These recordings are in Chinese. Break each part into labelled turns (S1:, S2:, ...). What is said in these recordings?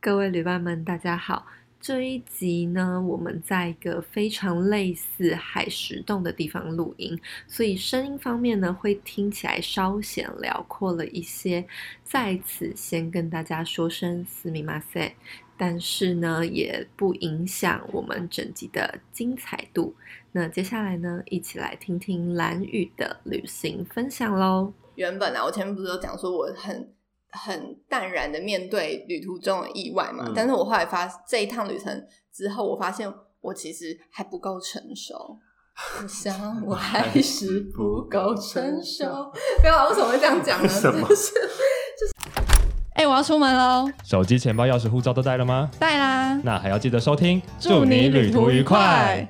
S1: 各位旅伴们，大家好。这一集呢，我们在一个非常类似海石洞的地方录音，所以声音方面呢，会听起来稍显辽阔了一些。在此先跟大家说声斯密马塞，但是呢，也不影响我们整集的精彩度。那接下来呢，一起来听听蓝宇的旅行分享喽。
S2: 原本啊，我前面不是有讲说我很很淡然的面对旅途中的意外嘛，
S3: 嗯
S2: 但是我后来发这一趟旅程之后，我发现我其实还不够成 熟。我想我还是不够成熟。没有啊， 为什么会这样讲呢？
S3: 什么
S2: 就是哎、我要出门喽，
S4: 手机、钱包、钥匙、护照都带了吗？
S2: 带啦！
S4: 那还要记得收听，
S2: 祝你旅途愉快。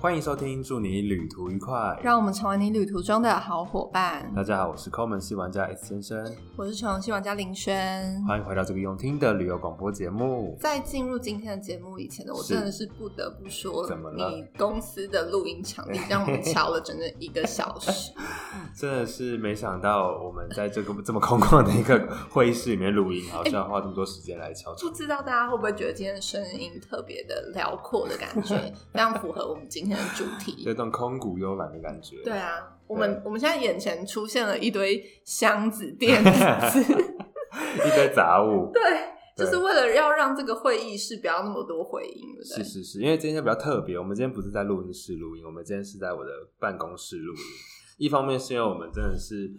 S3: 欢迎收听，祝你旅途愉快。
S2: 让我们成为你旅途中的好伙伴。
S3: 大家好，我是抠门系玩家 S 先生，
S2: 我是陈永新玩家林轩。
S3: 欢迎回到这个用听的旅游广播节目。
S2: 在进入今天的节目以前呢，我
S3: 是
S2: 真的是不得不说，
S3: 怎么了
S2: 你公司的录音场地让我们敲了整整一个小 时，
S3: 真的是没想到，我们在这个这 么空旷的一个会议室里面录
S2: 哎
S3: 音，然后需要花这么多时间来敲
S2: 不
S3: 窗。
S2: 知道大家会不会觉得今天的声音特别的辽阔的感 觉，非常符合我们今天的主
S3: 有
S2: 题。
S3: 种空谷幽兰的感觉。
S2: 对，啊， 我们我们现在眼前出现了一堆箱子、垫子，
S3: 一堆杂物。
S2: 对，
S3: 对
S2: 就是为了要让这个会议室不要那么多回音，对不
S3: 是
S2: 对？
S3: 是是，因为今天比较特别，我们今天不是在录音室录音，我们今天是在我的办公室录音。一方面是因为我们真的是，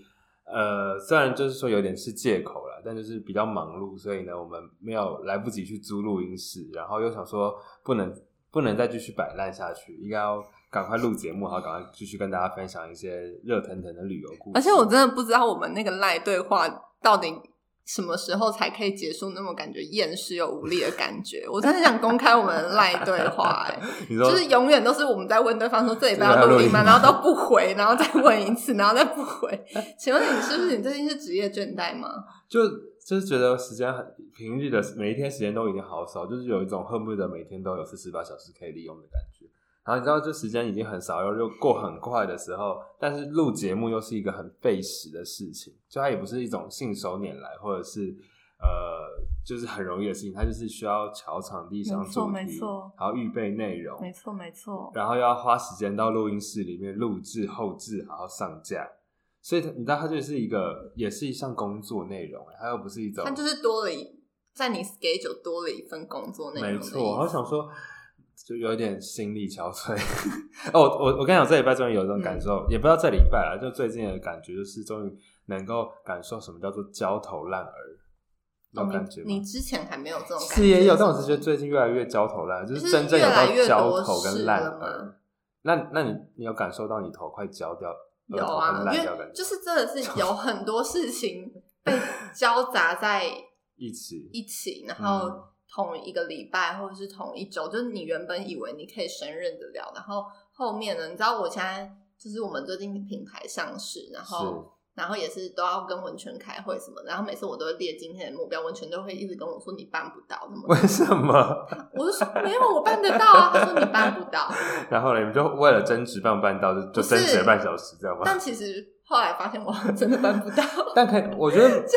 S3: 呃，虽然就是说有点是借口啦，但就是比较忙碌，所以呢，我们没有来不及去租录音室，然后又想说不能不能再继续摆烂下去，应该要赶快录节目，然后赶快继续跟大家分享一些热腾腾的旅游故事。
S2: 而且我真的不知道我们那个赖对话到底什么时候才可以结束，那么感觉厌世又无力的感觉。我真的想公开我们的赖对 话、哎，
S3: 你说
S2: 就是永远都是我们在问对方说这里不
S3: 这里要
S2: 要
S3: 录
S2: 录音吗？
S3: 音
S2: 然
S3: 吗
S2: 后都不回，然后再问一次，然后再不回。请问你是不是你最近是职业倦怠吗？
S3: 就就是觉得时间很平日的每一天时间都已经好少，就是有一种恨不得每天都有四十八小时可以利用的感觉。然后你知道，这时间已经很少，又又过很快的时候，但是录节目又是一个很费时的事情，就它也不是一种信手拈来，或者是呃，就是很容易的事情，它就是需要瞧场地、想
S2: 没错
S3: 主题，
S2: 没错
S3: 还要预备内容，
S2: 错，没错。
S3: 然后又要花时间到录音室里面录制、后置，然后上架。所以它你知道，它就是一个，也是一项工作内容，它又不是一种，
S2: 他就是多了一在你 schedule 多了一份工作内容的哦
S3: 没
S2: 意思。
S3: 错。我想说，就有点心力憔悴。 哦，我我我跟你讲，这礼拜终于有一种
S2: 嗯
S3: 感受，也不知道这礼拜啊，就最近的感觉就是终于能够感受什么叫做焦头烂额，有
S2: 哦
S3: 感觉吗？
S2: 你你之前还没有这种感觉，
S3: 是也有，但我是觉得最近越来越焦头烂额，就
S2: 就是
S3: 真正有
S2: 越来越
S3: 到焦
S2: 多
S3: 头
S2: 事
S3: 跟烂
S2: 了吗
S3: 额。那那你你有感受到你头快焦掉，额
S2: 有
S3: 头
S2: 啊
S3: 快，
S2: 因
S3: 烂掉的
S2: 为
S3: 感觉
S2: 就是真的 是有很多事情被交杂在
S3: 一起
S2: 一起，然
S3: 嗯
S2: 后同一个礼拜或者是同一周，就是你原本以为你可以胜任得了，然后后面呢，你知道我现在就是我们最近品牌上市，然后
S3: 是
S2: 然后也是都要跟文泉开会什么，然后每次我都会列今天的目标，文泉都会一直跟我说你办不到，那么
S3: 为什么？
S2: 我就说没有，我办得到啊，他说你办不到，
S3: 然后呢，你们就为了争执办不办到，就就
S2: 不是
S3: 争执了半小时，这样吗？
S2: 但其实后来发现我真的办不到。
S3: 但可以，我觉得
S2: 就是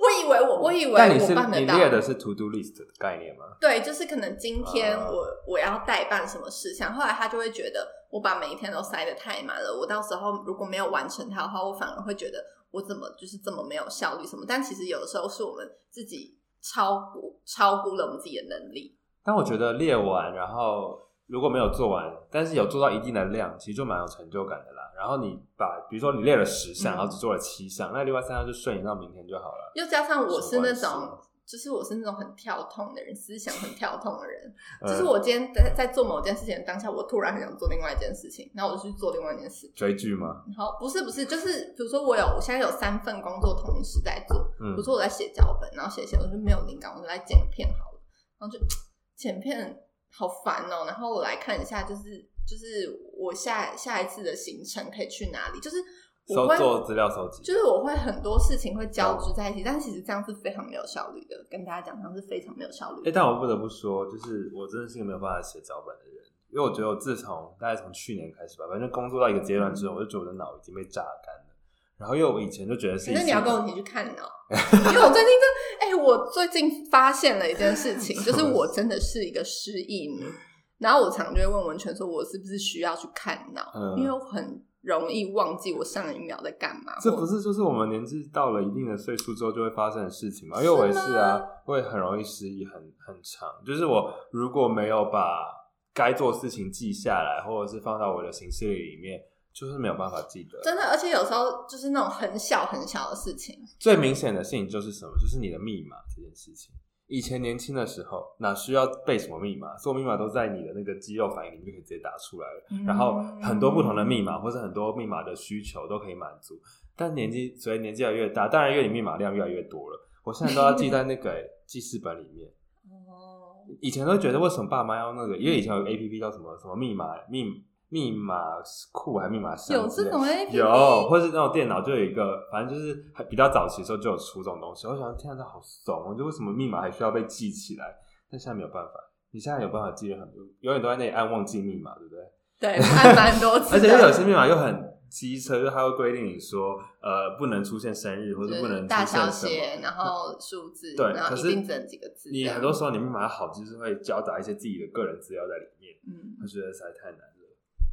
S2: 我以为 我，我以为
S3: 哦但你是
S2: 我办得
S3: 你
S2: 到。
S3: 列的是 to do list 的概念吗？
S2: 对，就是可能今天
S3: 啊
S2: 我、我要代办什么事项，后来他就会觉得我把每一天都塞得太满了，我到时候如果没有完成它的话，我反而会觉得我怎么就是这么没有效率什么。但其实有的时候是我们自己超估超估了我们自己的能力。
S3: 但我觉得列完，然后如果没有做完，但是有做到一定的量，其实就蛮有成就感的啦。然后你把，比如说你列了十项，
S2: 嗯
S3: 然后只做了七项，那另外三项就顺延到明天就好了。
S2: 又加上我是那
S3: 什么关
S2: 种
S3: 系，啊
S2: 就是我是那种很跳痛的人，思想很跳痛的 人。
S3: 嗯
S2: 就是我今天在在做某件事情的当下，我突然很想做另外一件事情，然后我就去做另外一件事。
S3: 追剧吗？
S2: 然后不是不是，就是比如说我有我现在有三份工作同时在做，比
S3: 嗯
S2: 如，说我在写脚本，然后写写我就没有灵感，我就来剪片好了，然后就剪片好烦哦。然后我来看一下，就是就是我下下一次的行程可以去哪里，就是我
S3: 搜
S2: 会
S3: 做资料搜集，
S2: 就是我会很多事情会交织在一起，但其实这样是非常没有效率的。跟大家讲，这样是非常没有效率
S3: 哎、
S2: 的。
S3: 但我不得不说，就是我真的是一个没有办法写脚本的人。因为我觉得我自从大概从去年开始吧，反正工作到一个阶段
S2: 嗯
S3: 之后，我就觉得我的脑已经被榨干了。然后因为我以前就觉得是一
S2: 那
S3: 次
S2: 你要跟我一起去看呢、因为我最近真，哎、我最近发现了一件事情，就是我真的是一个失忆女。然后我常就会问文泉说，我是不是需要去看脑？
S3: 嗯
S2: 因为我很容易忘记我上一秒在干嘛。
S3: 这不
S2: 或
S3: 是就是我们年纪到了一定的岁数之后就会发生的事情吗？因为我也是啊，我也很容易失忆很很长。就是我如果没有把该做事情记下来，或者是放到我的行事历里面，就是没有办法记得。
S2: 真的，而且有时候就是那种很小很小的事情，
S3: 最明显的事情就是什么？就是你的密码这件事情。以前年轻的时候哪需要背什么密码，所有密码都在你的那个肌肉反应里面就可以直接打出来了。
S2: 嗯
S3: 然后很多不同的密码或是很多密码的需求都可以满足。但年纪随着年纪越来越大，当然因为你密码量越来越多了，我现在都要记在那 个、欸记事本里面。
S2: 哦，
S3: 以前都觉得为什么爸妈要那个？因为以前有 A P P 叫什么什么密码密密码库还密码箱
S2: 有
S3: 之
S2: 这
S3: 类的
S2: 种 A P P，
S3: 嗯有，或是那种电脑就有一个，反正就是还比较早期的时候就有出这种东西。我想天啊，这好怂哦！就为什么密码还需要被记起来？但现在没有办法，你现在有办法记得很多，永远都在那里按忘记密码，对不对？
S2: 对，看蛮 多次的，
S3: 而且有些密码又很机车，就是它会规定你说，呃，不能出现生日，或
S2: 就
S3: 者不能
S2: 是
S3: 出
S2: 大
S3: 现
S2: 小
S3: 什
S2: 写，
S3: 么。
S2: 然后数字，
S3: 对，
S2: 然
S3: 可
S2: 后一
S3: 是
S2: 定只能几个字这样。
S3: 你很多时候你密码好，就是会夹杂一些自己的个人资料在里面，
S2: 嗯，
S3: 我觉得实在太难了。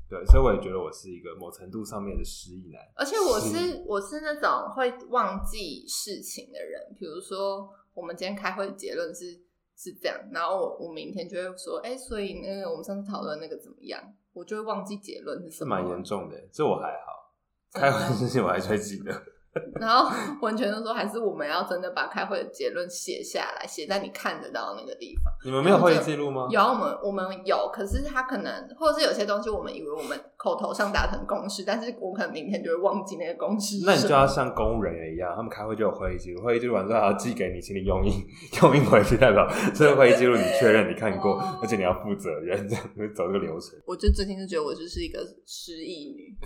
S3: 对，所以我也觉得我是一个某程度上面的失忆男。
S2: 而且我
S3: 是
S2: 是我是那种会忘记事情的人，比如说我们今天开会结论是是这样，然后我我明天就会说，哎、所以那个我们上次讨论那个怎么样，我就会忘记结论是
S3: 是
S2: 什么，
S3: 蛮严重的，这我还好，
S2: 真的
S3: 开会的事情我还是会记得。
S2: 然后完全就说，还是我们要真的把开会的结论写下来，写在你看得到的那个地方。
S3: 你们没有会议记录吗？
S2: 有啊我们我们有，可是他可能或者是有些东西，我们以为我们口头上达成共识，但是我可能明天就会忘记那个共识是什么。
S3: 那你就要像公务人员一样，他们开会就有会议记录，会议记录完之后还要寄给你，请你用印， 用印回去代表这个会议记录你确认你看过
S2: 哦，
S3: 而且你要负责任，这样子走这个流程。
S2: 我就最近就觉得我就是一个失忆女，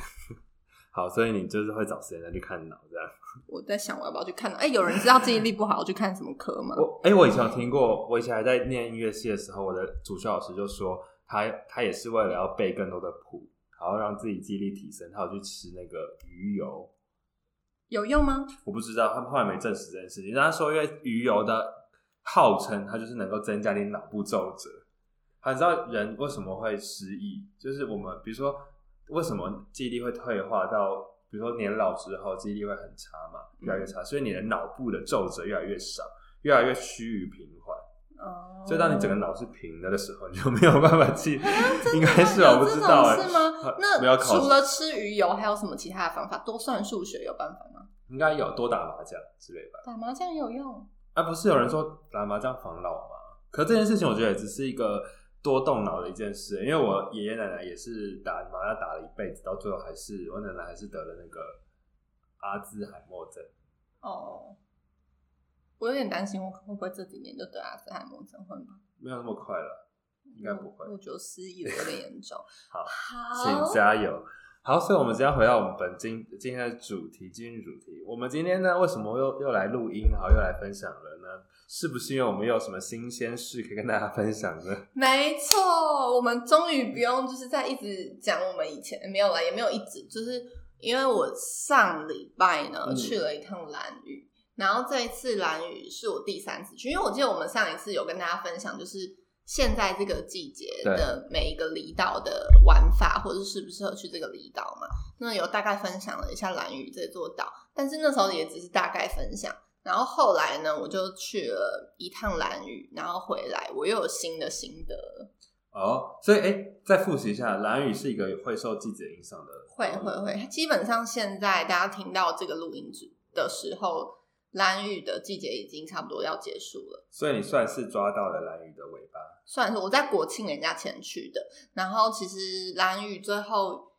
S3: 好，所以你就是会找时间再去看脑这样。
S2: 我在想我要不要去看？哎、有人知道记忆力不好去看什么科吗？
S3: 我哎、我以前有听过，我以前还在念音乐系的时候，我的主修老师就说他他也是为了要背更多的谱，然后让自己记忆力提升，他有去吃那个鱼油。
S2: 有用吗？
S3: 我不知道，他们后来没证实这件事情。但他说，因为鱼油的号称它就是能够增加你脑部皱褶。你知道人为什么会失忆？就是我们比如说，为什么记忆力会退化到，比如说年老之后记忆力会很差嘛，越来越
S2: 嗯
S3: 差，所以你的脑部的皱褶越来越少，越来越趋于平缓。
S2: 哦啊
S3: 所以当你整个脑是平的的时候，你就没有办法记，应该是
S2: 有
S3: 我不
S2: 这
S3: 知
S2: 种
S3: 道哎、
S2: 事吗
S3: 啊？没
S2: 那
S3: 有考
S2: 除了吃鱼油，还有什么其他的方法？多算数学有办法吗？
S3: 应该有多打麻将之类吧。
S2: 打麻将有用，
S3: 啊，不是有人说打麻将防老吗？可这件事情我觉得也只是一个多动脑的一件事，因为我爷爷奶奶也是打麻将打了一辈子，到最后还是我奶奶还是得了那个阿兹海默症。
S2: 哦。我有点担心，我会不会这几年就对阿兹海默症会吗？
S3: 没有那么快了，应该不会
S2: 我我觉得失忆的有点严重。
S3: 好
S2: 好，
S3: 请加油。好，所以我们今天回到我们本今今天的主题，今天主题，我们今天呢为什么又又来录音，然后又来分享了呢？是不是因为我们又有什么新鲜事可以跟大家分享呢？
S2: 没错，我们终于不用就是在一直讲我们以前没有啦，也没有一直，就是因为我上礼拜呢、
S3: 嗯
S2: 去了一趟兰屿，然后这一次兰屿是我第三次去，因为我记得我们上一次有跟大家分享，就是现在这个季节的每一个离岛的玩法，或者适不适合去这个离岛嘛。那有大概分享了一下兰屿这座岛，但是那时候也只是大概分享。然后后来呢，我就去了一趟兰屿，然后回来我又有新的心得了，
S3: 哦，所以哎、诶再复习一下，蓝雨是一个会受季节影响的，
S2: 会会会。基本上现在大家听到这个录音之的时候，兰屿的季节已经差不多要结束了。
S3: 所以你算是抓到了蓝雨的尾巴。
S2: 虽然说我在国庆人家前去的，然后其实兰屿最后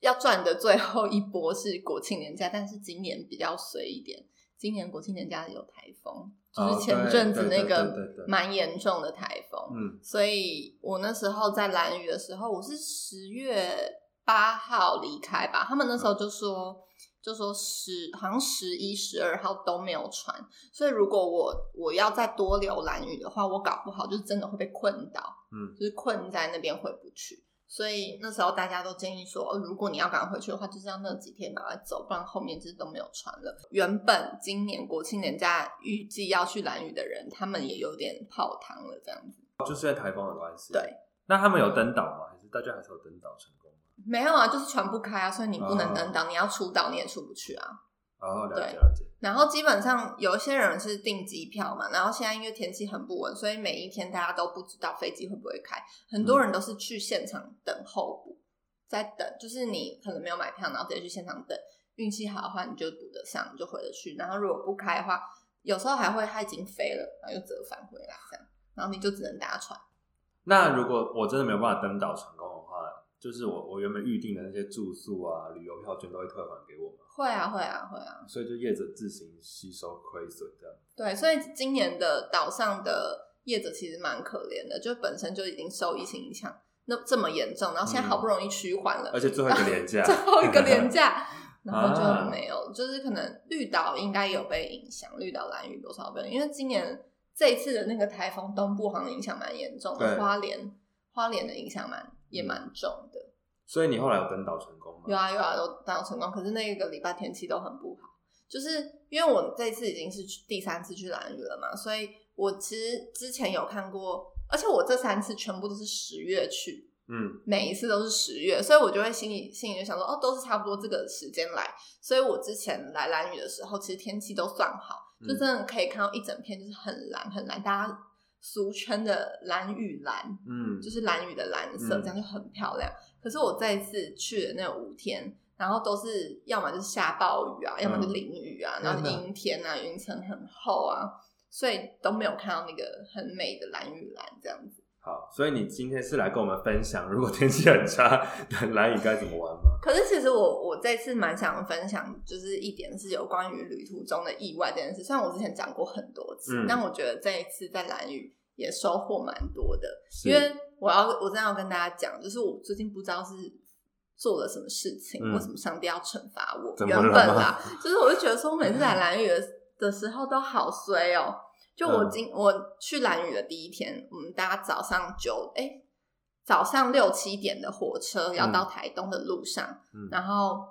S2: 要赚的最后一波是国庆年假，但是今年比较随一点。今年国庆年假有台风，就
S3: 哦
S2: 是前
S3: 对
S2: 阵子
S3: 对
S2: 那
S3: 对对对
S2: 个
S3: 对
S2: 蛮严重的台风，
S3: 嗯，
S2: 所以我那时候在兰屿的时候，我是十月八号离开吧，他们那时候就说。就说十好像十一、十二号都没有船，所以如果我我要再多留兰屿的话，我搞不好就真的会被困到，
S3: 嗯，
S2: 就是困在那边回不去。所以那时候大家都建议说，哦如果你要赶快回去的话，就是要那几天赶快走，不然后面就是都没有船了。原本今年国庆年假预计要去兰屿的人，他们也有点泡汤了，这样子。
S3: 哦就是因为台风的关系。
S2: 对，嗯
S3: 那他们有登岛吗？还是大家还是有登岛成功吗？
S2: 没有啊，就是船不开啊，所以你不能
S3: 哦
S2: 登岛，你要出岛你也出不去啊。
S3: 哦，了解
S2: 对
S3: 了解。
S2: 然后基本上有一些人是订机票嘛，然后现在因为天气很不稳，所以每一天大家都不知道飞机会不会开，很多人都是去现场等候补，在等，就是你可能没有买票，然后直接去现场等，运气好的话你就补得上，你就回得去，然后如果不开的话，有时候还会它已经飞了，然后又折返回来这样，然后你就只能搭船。
S3: 那如果我真的没有办法登岛成功的话，就是我我原本预定的那些住宿啊、旅游票券都会退还给我嘛，
S2: 会啊，会啊，会啊。
S3: 所以就业者自行吸收亏损这样。
S2: 对，所以今年的岛上的业者其实蛮可怜的，就本身就已经受疫情影响那这么严重，然后现在好不容易趋缓了，
S3: 嗯而且最后一个廉价，
S2: 最后一个廉，价，然后
S3: 啊
S2: 就没有，就是可能绿岛应该有被影响，绿岛蓝屿多少被，因为今年这一次的那个台风东部好像影响蛮严重的，
S3: 对
S2: 花莲花莲的影响蛮也蛮重的，
S3: 所以你后来有登岛成功吗？
S2: 有啊有啊，都当成功。可是那一个礼拜天气都很不好，就是因为我这次已经是去第三次去蓝屿了嘛，所以我其实之前有看过，而且我这三次全部都是十月去，
S3: 嗯，
S2: 每一次都是十月，所以我就会心里心里就想说，哦，都是差不多这个时间来。所以我之前来蓝屿的时候，其实天气都算好，就真
S3: 嗯
S2: 的可以看到一整片就是很蓝很蓝，大家俗称的蓝屿蓝。
S3: 嗯，
S2: 就是蓝雨的蓝色，
S3: 嗯
S2: 这样就很漂亮。可是我这一次去的那五天，然后都是要么就是下暴雨啊，要么
S3: 嗯
S2: 就淋雨啊，然后
S3: 天哪
S2: 阴天啊，云层很厚啊，所以都没有看到那个很美的蓝雨蓝这样子。
S3: 好，所以你今天是来跟我们分享，如果天气很差，蓝屿该怎么玩吗？
S2: 可是其实我我这次蛮想分享，就是一点是有关于旅途中的意外这件事。虽然我之前讲过很多次，
S3: 嗯
S2: 但我觉得这一次在蓝雨也收获蛮多的。
S3: 是
S2: 因为我要我真的要跟大家讲，就是我最近不知道是做了什么事情，
S3: 嗯
S2: 为什么上帝要惩罚我？
S3: 怎么
S2: 原
S3: 了
S2: 本
S3: 吗嗯
S2: 啦， 就是我就觉得说，我每次来蓝屿的的时候都好衰哦、就
S3: 嗯
S2: 我今、我去蓝屿的第一天，我们大家早上九哎、早上六七点的火车要到台东的路上，
S3: 嗯，
S2: 然后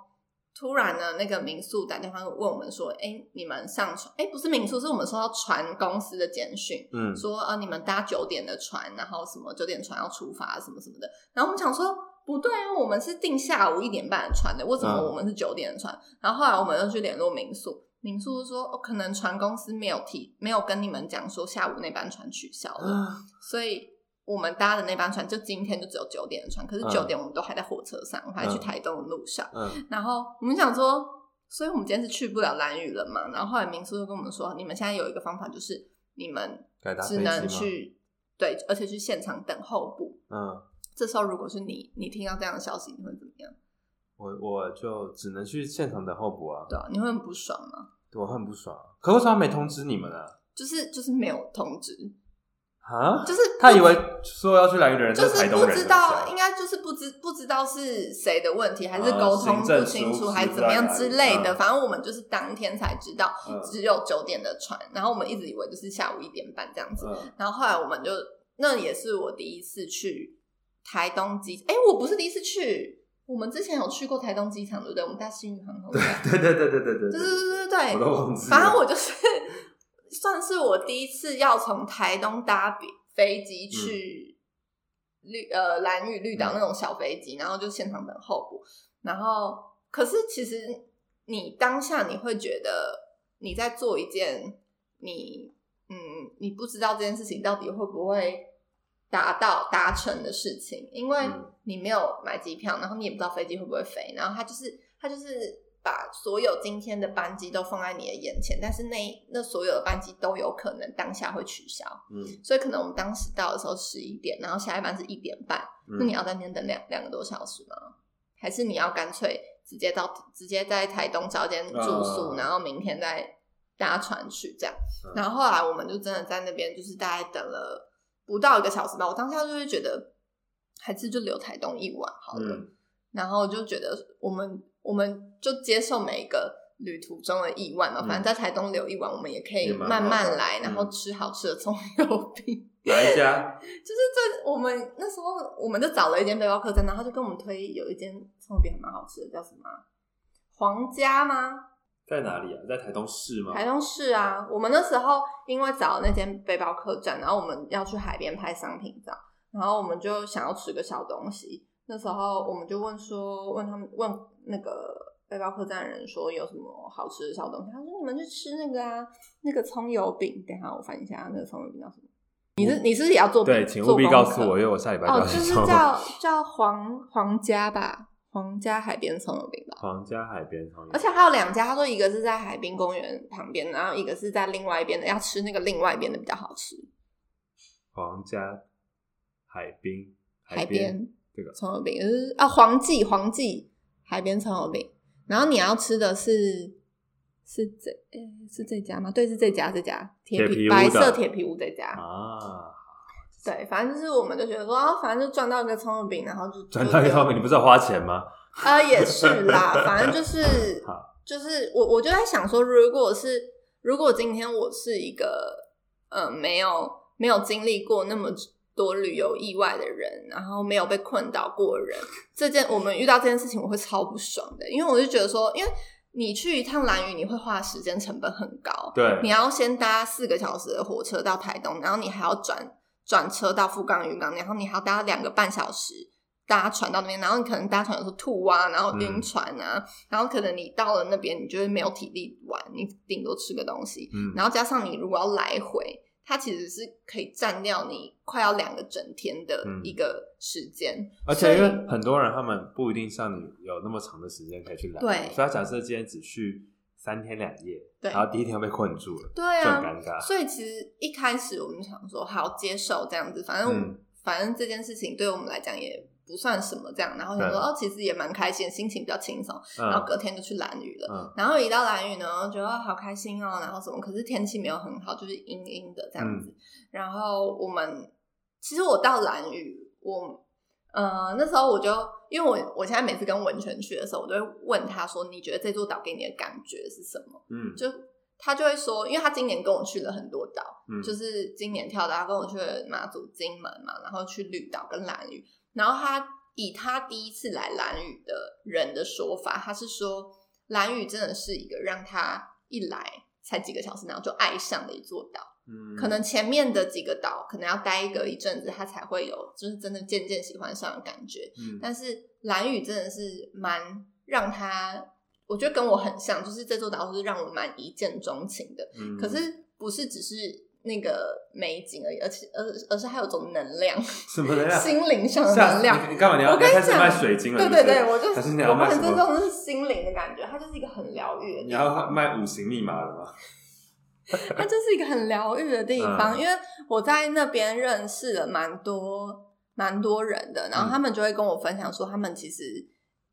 S2: 突然呢，那个民宿打电话问我们说：“哎，你们上船？哎，不是民宿，是我们收到船公司的简讯，
S3: 嗯
S2: 说啊，你们搭九点的船，然后什么九点船要出发，什么什么的。”然后我们想说。不对啊，我们是订下午一点半的船的，为什么
S3: 嗯
S2: 我们是九点的船？然后后来我们又去联络民宿，民宿说、哦、可能船公司没有提，没有跟你们讲说下午那班船取消了，
S3: 嗯
S2: 所以我们搭的那班船就今天就只有九点的船，可是
S3: 嗯
S2: 九点我们都还在火车上，我还去
S3: 嗯
S2: 台东的路上。
S3: 嗯，
S2: 然后我们想说，所以我们今天是去不了蓝屿了嘛。然后后来民宿就跟我们说，你们现在有一个方法，就是你们
S3: 改搭飞
S2: 只
S3: 机吗
S2: 能？去对，而且去现场等候补。
S3: 嗯，
S2: 这时候如果是你，你听到这样的消息，你会怎么样？
S3: 我我就只能去现场等候补啊，
S2: 对啊，你会很不爽吗？
S3: 我很不爽。啊可为什么没通知你们啊？
S2: 就是就是没有通知，
S3: 啊？
S2: 就是
S3: 他以为所有要去蓝屿的人都
S2: 就是
S3: 台
S2: 是
S3: 东
S2: 不
S3: 人，
S2: 知道，应该就是不知不知道是谁的问题，还是
S3: 啊
S2: 沟通
S3: 行
S2: 不
S3: 政
S2: 清
S3: 疏
S2: 楚，
S3: 忽
S2: 还是怎么样
S3: 之
S2: 之
S3: 类的
S2: 类的。
S3: 嗯
S2: 反正我们就是当天才知道
S3: 嗯，
S2: 只有九点的船，然后我们一直以为就是下午一点半这样子。
S3: 嗯
S2: 然后后来我们就，那也是我第一次去台东机，哎，我不是第一次去，我们之前有去过台东机场，对不对？我们搭新宇航空，对对
S3: 对对对对对
S2: 对
S3: 对
S2: 对对对，
S3: 我都忘记了。
S2: 反正我就是算是我第一次要从台东搭比飞机
S3: 嗯
S2: 去绿、呃蓝屿绿岛那种小飞机，然后就现场等候补。然后，可是其实你当下你会觉得你在做一件你嗯你不知道这件事情到底会不会达到达成的事情，因为
S3: 嗯
S2: 你没有买机票，然后你也不知道飞机会不会飞，然后它就是它就是把所有今天的班机都放在你的眼前，但是那一那所有的班机都有可能当下会取消，
S3: 嗯，
S2: 所以可能我们当时到的时候十一点，然后下一班是一点半，
S3: 嗯
S2: 那你要在那边等两两个多小时吗？还是你要干脆直接到直接在台东找间住宿，
S3: 啊
S2: 然后明天再搭船去这样？
S3: 嗯
S2: 然后后来我们就真的在那边就是大概等了不到一个小时吧，我当下就会觉得还是就留台东一晚好了，
S3: 嗯
S2: 然后就觉得我们我们就接受每一个旅途中的意外嘛，
S3: 嗯
S2: 反正在台东留一晚，我们也可以
S3: 也
S2: 慢
S3: 蛮好的
S2: 慢来，
S3: 嗯
S2: 然后吃好吃的葱油饼。
S3: 哪一家？
S2: 就是这我们那时候我们就找了一间背包客栈，然后他就跟我们推有一间葱油饼还蛮好吃的，叫什么啊皇家吗？
S3: 在哪里啊？在台东市吗？
S2: 台东市啊，我们那时候因为找那间背包客栈，然后我们要去海边拍商品照，然后我们就想要吃个小东西。那时候我们就问说，问他们问那个背包客栈的人说有什么好吃的小东西，他说你们去吃那个啊，那个葱油饼。等一下我翻一下啊那个葱油饼叫什么？你是你是不是也要做
S3: 对，请
S2: 做
S3: 务必
S2: 功
S3: 告诉
S2: 课
S3: 我，因为我下礼拜就
S2: 哦，
S3: 要
S2: 就
S3: 去
S2: 是
S3: 冲
S2: 叫叫皇皇家吧，皇家海边葱油饼吧。
S3: 皇家海边葱油
S2: 而且还有两家，他说一个是在海滨公园旁边，然后一个是在另外一边的，要吃那个另外一边的比较好吃。
S3: 皇家海滨
S2: 海
S3: 边
S2: 边
S3: 这个
S2: 葱油饼，就是啊黄记黄记海边葱油饼，然后你要吃的是是这诶、是这家吗？对，是这家这家铁
S3: 铁皮
S2: 皮
S3: 屋
S2: 白
S3: 的
S2: 色铁皮屋这家。
S3: 啊，
S2: 对，反正就是我们就觉得说，啊、反正就赚到一个葱油饼，然后就
S3: 转到一
S2: 就
S3: 方面，你不是要花钱吗？
S2: 呃，也是啦，反正就是
S3: 好
S2: 就是我我就在想说，如果是如果今天我是一个呃没有没有经历过那么多旅游意外的人，然后没有被困倒过的人，这件我们遇到这件事情我会超不爽的，因为我就觉得说，因为你去一趟兰屿，你会花时间成本很高，
S3: 对，
S2: 你要先搭四个小时的火车到台东，然后你还要转转车到富冈渔港，然后你还要搭两个半小时搭船到那边，然后你可能搭船有时候吐啊，然后晕
S3: 嗯
S2: 船啊，然后可能你到了那边，你就会没有体力玩，你顶多吃个东西，
S3: 嗯，
S2: 然后加上你如果要来回，它其实是可以占掉你快要两个整天的
S3: 嗯
S2: 一个时间，
S3: 而
S2: 所
S3: 且
S2: 以
S3: 因为很多人他们不一定像你有那么长的时间可以去来，
S2: 对
S3: 所以他假设今天只去三天两夜，
S2: 对
S3: 然后第一天被困住了，
S2: 对
S3: 就很
S2: 啊，
S3: 尴尬。
S2: 所以其实一开始我们想说好接受这样子，反正我们、
S3: 嗯
S2: 反正这件事情对我们来讲也不算什么这样，然后想说
S3: 对
S2: 哦，其实也蛮开心，心情比较轻松，然后
S3: 嗯
S2: 隔天就去蓝屿了。
S3: 嗯，
S2: 然后一到蓝屿呢，觉得好开心哦，然后什么？可是天气没有很好，就是阴阴的这
S3: 嗯
S2: 样子。然后我们其实我到蓝屿，我呃那时候我就因为我我现在每次跟文泉去的时候，我都会问他说，你觉得这座岛给你的感觉是什么？
S3: 嗯，
S2: 就他就会说，因为他今年跟我去了很多岛，
S3: 嗯
S2: 就是今年跳的，啊他跟我去了马祖、金门嘛，然后去绿岛跟兰屿，然后他以他第一次来兰屿的人的说法，他是说兰屿真的是一个让他一来才几个小时，然后就爱上的一座岛。
S3: 嗯
S2: 可能前面的几个岛可能要待一个一阵子，他才会有就是真的渐渐喜欢上的感觉。
S3: 嗯
S2: 但是蓝屿真的是蛮让他，我觉得跟我很像，就是这座岛是让我蛮一见钟情的。
S3: 嗯
S2: 可是不是只是那个美景而已，而且而而是还有种能量，
S3: 什么能量？
S2: 心灵上的
S3: 下
S2: 能量。
S3: 你你干嘛？你要
S2: 我跟你
S3: 开始
S2: 讲
S3: 卖水晶了？
S2: 对
S3: 啊是不是啊
S2: 对对，我就
S3: 还是你
S2: 我
S3: 要卖
S2: 很
S3: 什
S2: 尊
S3: 么？
S2: 重是心灵的感觉，它就是一个很疗愈的地
S3: 你
S2: 方。
S3: 要卖五行密码了吗？
S2: 它就是一个很疗愈的地方，因为我在那边认识了蛮多蛮多人的，然后他们就会跟我分享说，他们其实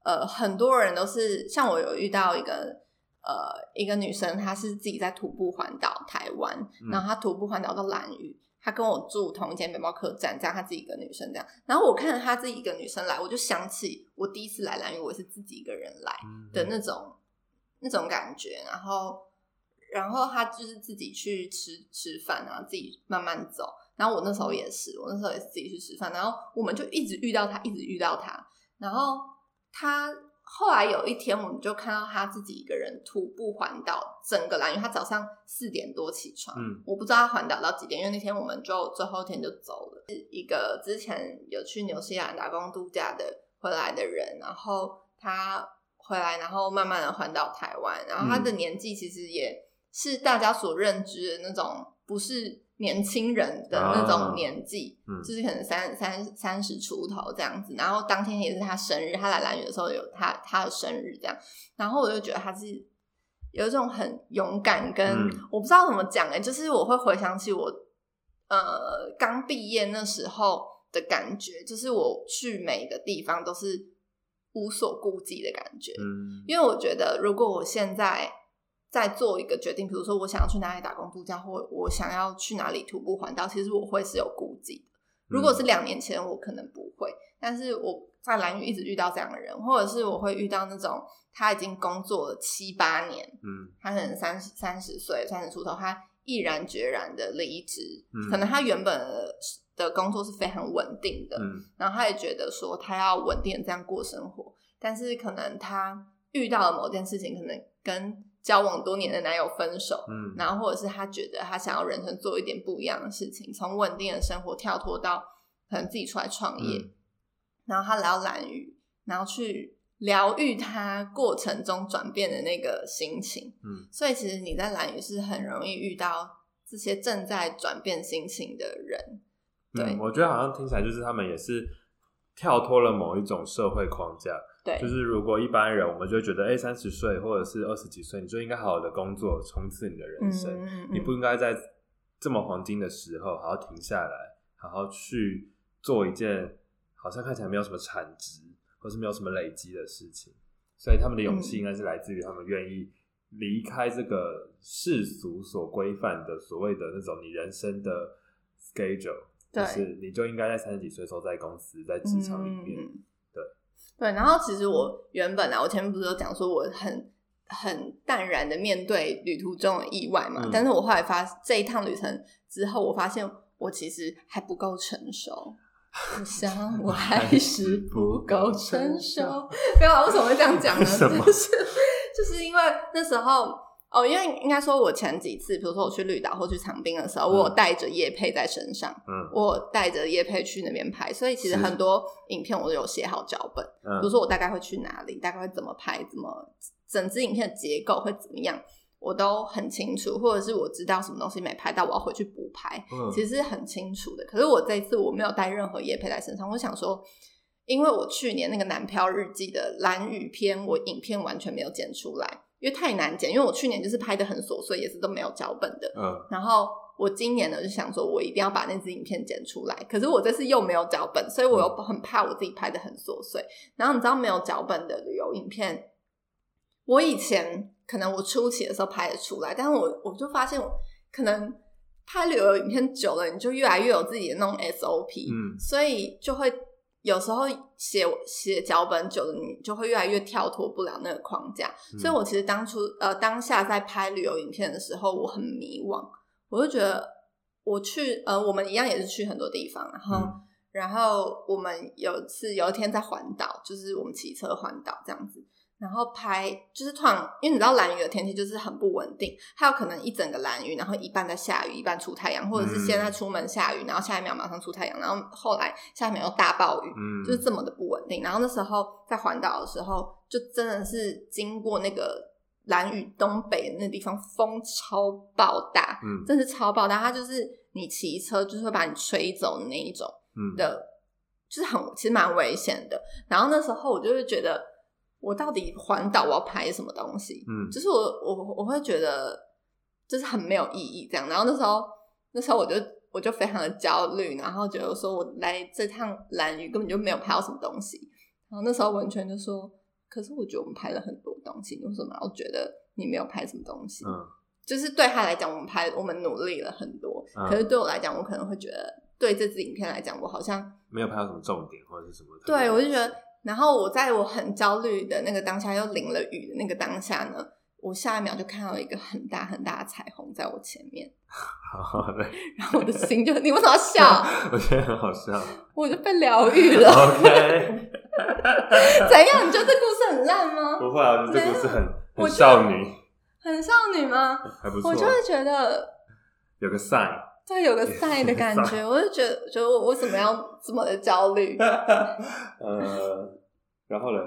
S2: 呃很多人都是像我有遇到一个呃一个女生，她是自己在徒步环岛台湾，
S3: 嗯
S2: 然后她徒步环岛到兰屿。她跟我住同一间背包客栈，这样她自己一个女生这样，然后我看她自己一个女生来，我就想起我第一次来兰屿，我是自己一个人来，
S3: 嗯
S2: 的那种那种感觉，然后然后他就是自己去吃吃饭，然后自己慢慢走。然后我那时候也是，我那时候也是自己去吃饭，然后我们就一直遇到他，一直遇到他。然后他后来有一天，我们就看到他自己一个人徒步环岛整个兰屿。他早上四点多起床，
S3: 嗯
S2: 我不知道他环岛到几点，因为那天我们就最后一天就走了。是一个之前有去纽西兰打工度假的回来的人，然后他回来，然后慢慢的环岛台湾，然后他的年纪其实也是大家所认知的那种，不是年轻人的那
S3: 啊
S2: 种年纪，
S3: 嗯
S2: 就是可能三三三十出头这样子。然后当天也是他生日，他来兰屿的时候有他他的生日这样，然后我就觉得他是。有一种很勇敢跟，
S3: 嗯
S2: 我不知道怎么讲哎、就是我会回想起我呃刚毕业那时候的感觉，就是我去每个地方都是无所顾忌的感觉。
S3: 嗯，
S2: 因为我觉得，如果我现在在做一个决定，比如说我想要去哪里打工度假，或我想要去哪里徒步环岛，其实我会是有顾忌的。如果是
S3: 嗯
S2: 两年前，我可能不会，但是我在蓝屿一直遇到这样的人，或者是我会遇到那种他已经工作了七八年，
S3: 嗯
S2: 他可能三十三十岁、三十出头，他毅然决然的离职，
S3: 嗯
S2: 可能他原本的工作是非常稳定的，
S3: 嗯
S2: 然后他也觉得说他要稳定的这样过生活，但是可能他遇到了某件事情，可能跟交往多年的男友分手，
S3: 嗯，
S2: 然后或者是他觉得他想要人生做一点不一样的事情，从稳定的生活跳脱到可能自己出来创业，
S3: 嗯
S2: 然后他来到蓝屿，然后去疗愈他过程中转变的那个心情。
S3: 嗯，
S2: 所以其实你在蓝屿是很容易遇到这些正在转变心情的人。对、
S3: 嗯，我觉得好像听起来就是他们也是跳脱了某一种社会框架，
S2: 对，
S3: 就是如果一般人，我们就会觉得，哎、三十岁或者是二十几岁，你就应该好好的工作，冲刺你的人生，
S2: 嗯
S3: 你不应该在这么黄金的时候，好好停下来，好好去做一件好像看起来没有什么产值，或是没有什么累积的事情。所以他们的勇气
S2: 嗯
S3: 应该是来自于他们愿意离开这个世俗所规范的所谓的那种你人生的 schedule，就
S2: 对
S3: 是你就应该在三十几岁的时候在公司在职场里面，
S2: 嗯嗯嗯
S3: 对
S2: 对，然后其实我原本啊，我前面不是有讲说我很很淡然的面对旅途中的意外嘛，
S3: 嗯
S2: 但是我后来发这一趟旅程之后，我发现我其实还不够成熟。我 想我还是不够成熟，没有啊，为什么会这样讲呢？
S3: 为什么
S2: 就是就是因为那时候哦，因为应该说，我前几次，比如说我去绿岛或去长滨的时候，我有
S3: 嗯
S2: 带着叶配在身上，
S3: 嗯
S2: 我带着叶佩去那边拍，所以其实
S3: 是
S2: 很多影片我都有写好脚本，比如
S3: 嗯
S2: 说我大概会去哪里，大概会怎么拍，怎么整支影片的结构会怎么样，我都很清楚，或者是我知道什么东西没拍到，我要回去补拍，
S3: 嗯，
S2: 其实是很清楚的。可是我这一次我没有带任何叶佩在身上，我想说，因为我去年那个《南漂日记》的蓝雨篇，我影片完全没有剪出来，因为太难剪，因为我去年就是拍的很琐碎，也是都没有脚本的，
S3: 嗯
S2: 然后我今年呢就想说，我一定要把那支影片剪出来。可是我这次又没有脚本，所以我又很怕我自己拍的很琐碎。然后你知道没有脚本的旅游影片，我以前可能我初期的时候拍得出来，但是我我就发现我可能拍旅游影片久了，你就越来越有自己的那种 SOP，、
S3: 嗯
S2: 所以就会。有时候写写脚本久了，你就会越来越跳脱不了那个框架。
S3: 嗯
S2: 所以我其实当初呃当下在拍旅游影片的时候，我很迷惘，我就觉得我去呃我们一样也是去很多地方，然后、
S3: 嗯
S2: 然后我们有一次有一天在环岛，就是我们骑车环岛这样子。然后拍就是突然，因为你知道蓝雨的天气就是很不稳定，还有可能一整个蓝雨，然后一半在下雨，一半出太阳，或者是
S3: 嗯
S2: 现在出门下雨，然后下一秒马上出太阳，然后后来下一秒又大暴雨，
S3: 嗯，
S2: 就是这么的不稳定。然后那时候在环岛的时候，就真的是经过那个蓝屿东北那地方，风超爆大，
S3: 嗯
S2: 真是超爆大。它就是你骑车就是会把你吹走的那一种
S3: 嗯
S2: 的，就是很其实蛮危险的。然后那时候我就会觉得，我到底环岛我要拍什么东西？
S3: 嗯
S2: 就是我我我会觉得就是很没有意义这样。然后那时候那时候我就我就非常的焦虑，然后觉得说我来这趟蓝屿根本就没有拍到什么东西。然后那时候文泉就说：“可是我觉得我们拍了很多东西，你为什么要觉得你没有拍什么东西？”
S3: 嗯
S2: 就是对他来讲，我们拍我们努力了很多，
S3: 嗯
S2: 可是对我来讲，我可能会觉得对这支影片来讲，我好像
S3: 没有拍到什么重点或者是什么特别的事，
S2: 对，我就觉得，然后我在我很焦虑的那个当下，又淋了雨的那个当下呢，我下一秒就看到一个很大很大的彩虹在我前面，
S3: 好嘞，
S2: 然后我的心就， 你为什么要笑？
S3: 我觉得很好笑。
S2: 我就被疗愈 了。
S3: OK，
S2: 怎样？你觉得这故事很烂吗？
S3: 不会啊，我觉得这故事很
S2: 我觉得
S3: 很少女，
S2: 很少女吗？
S3: 还不错。
S2: 我就会觉得，
S3: 有个 sign，
S2: 对，有个赛的 感觉，我就觉得，觉得我为什么要这么的焦虑？
S3: 呃，然后嘞，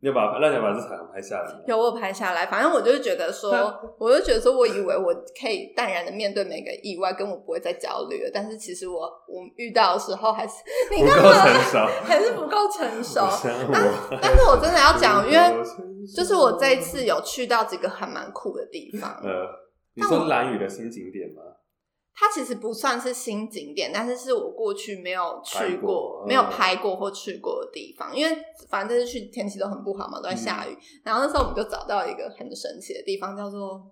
S3: 你要把让你把这彩虹拍下来吗。
S2: 有我有拍下来，反正我就是觉得说，我就觉得说，我以为我可以淡然的面对每个意外，跟我不会再焦虑了。但是其实我我遇到的时候还是你
S3: 不
S2: 干
S3: 够成
S2: 嘛？
S3: 熟，
S2: 还是不够成熟。
S3: 我想我
S2: 但是我真的要讲，因为
S3: 为
S2: 就是我这一次有去到几个还蛮酷的地方，
S3: 呃，你说蓝雨的新景点吗？
S2: 它其实不算是新景点，但是是我过去没有去
S3: 拍
S2: 过、
S3: 过嗯
S2: 没有拍过或去过的地方。因为反正就是去天气都很不好嘛，都在下
S3: 嗯
S2: 雨。然后那时候我们就找到一个很神奇的地方，叫做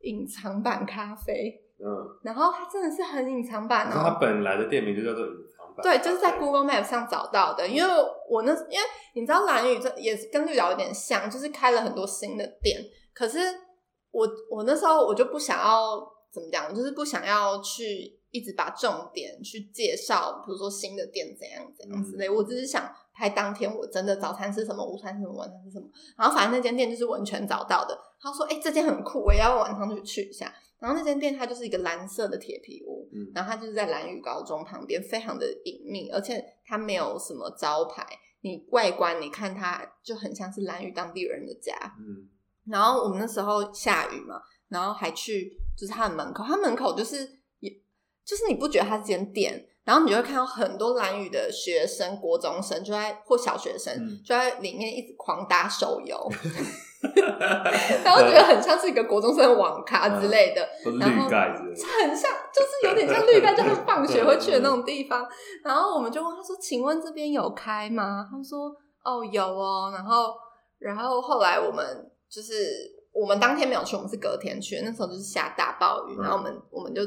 S2: 隐藏版咖啡。
S3: 嗯，
S2: 然后它真的是很隐藏版
S3: 可是它
S2: 哦。
S3: 本来的店名就叫做隐藏版，
S2: 对，就是在 Google Map 上找到的，因为我那，因为你知道蓝宇这也是跟绿岛有点像，就是开了很多新的店，可是我我那时候我就不想要怎么讲，我就是不想要去一直把重点去介绍，比如说新的店怎样怎样之类。
S3: 嗯
S2: 我只是想拍当天我真的早餐吃什么，午餐吃什么，晚餐吃什么。然后反正那间店就是文全找到的，他说：“哎、这间很酷，我也要晚上去去一下。”然后那间店它就是一个蓝色的铁皮屋，
S3: 嗯
S2: 然后它就是在蓝屿高中旁边，非常的隐秘，而且它没有什么招牌。你外观你看它就很像是蓝屿当地人的家。
S3: 嗯，
S2: 然后我们那时候下雨嘛，然后还去就是它的门口，它门口就是也就是你不觉得它是间店，然后你就会看到很多蓝屿的学生、国中生就在或小学生、
S3: 嗯
S2: 就在里面一直狂打手游，然后觉得很像是一个国中生的网咖之类的。
S3: 都是
S2: 然
S3: 绿
S2: 后
S3: 盖子的，
S2: 很像，就是有点像绿盖，就是放学会去的那种地方。然后我们就问他说：“请问这边有开吗？”他说：“哦，有哦。”然后，然后后来我们就是我们当天没有去，我们是隔天去，那时候就是下大暴雨，
S3: 嗯
S2: 然后我们我们就。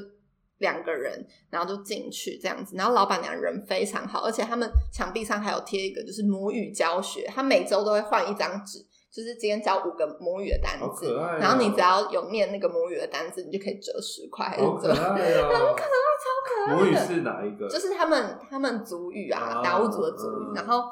S2: 两个人，然后就进去这样子，然后老板娘人非常好，而且他们墙壁上还有贴一个就是母语教学，他每周都会换一张纸，就是今天教五个母语的单
S3: 好
S2: 词，
S3: 可爱哦
S2: 然后你只要有念那个母语的单词，你就可以折十块还是
S3: 好可
S2: 折
S3: 爱 哦，
S2: 可爱
S3: 母语
S2: 的
S3: 是哪一个？
S2: 就是他们他们族语啊
S3: 啊，
S2: 达悟族的族语，
S3: 嗯
S2: 然后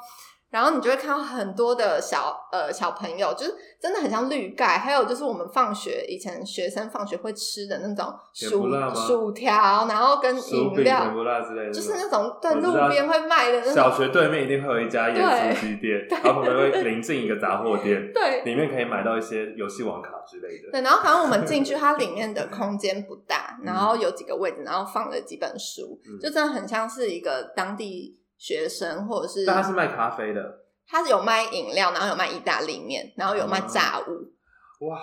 S2: 然后你就会看到很多的小呃小朋友，就是真的很像绿盖，还有就是我们放学以前学生放学会吃的那种
S3: 甜不
S2: 薯
S3: 辣吗
S2: 薯条，然后跟
S3: 薯
S2: 饮
S3: 饼、甜
S2: 料，
S3: 不辣之类的那种，
S2: 就是那种对
S3: 我知道
S2: 路边会卖的那
S3: 小
S2: 种，
S3: 学对面一定会有一家
S2: 对
S3: 盐酥鸡店，然后旁边会临近一个杂货店，
S2: 对
S3: 里面可以买到一些游戏网卡之类的。
S2: 对，然后反正我
S3: 嗯
S2: 们进去，它里面的空间不大，然后有几个位置，然后放了几本书，
S3: 嗯
S2: 就真的很像是一个当地学生或者是
S3: 但他是卖咖啡的，
S2: 它有卖饮料，然后有卖意大利面，然后有卖炸物，
S3: 哇，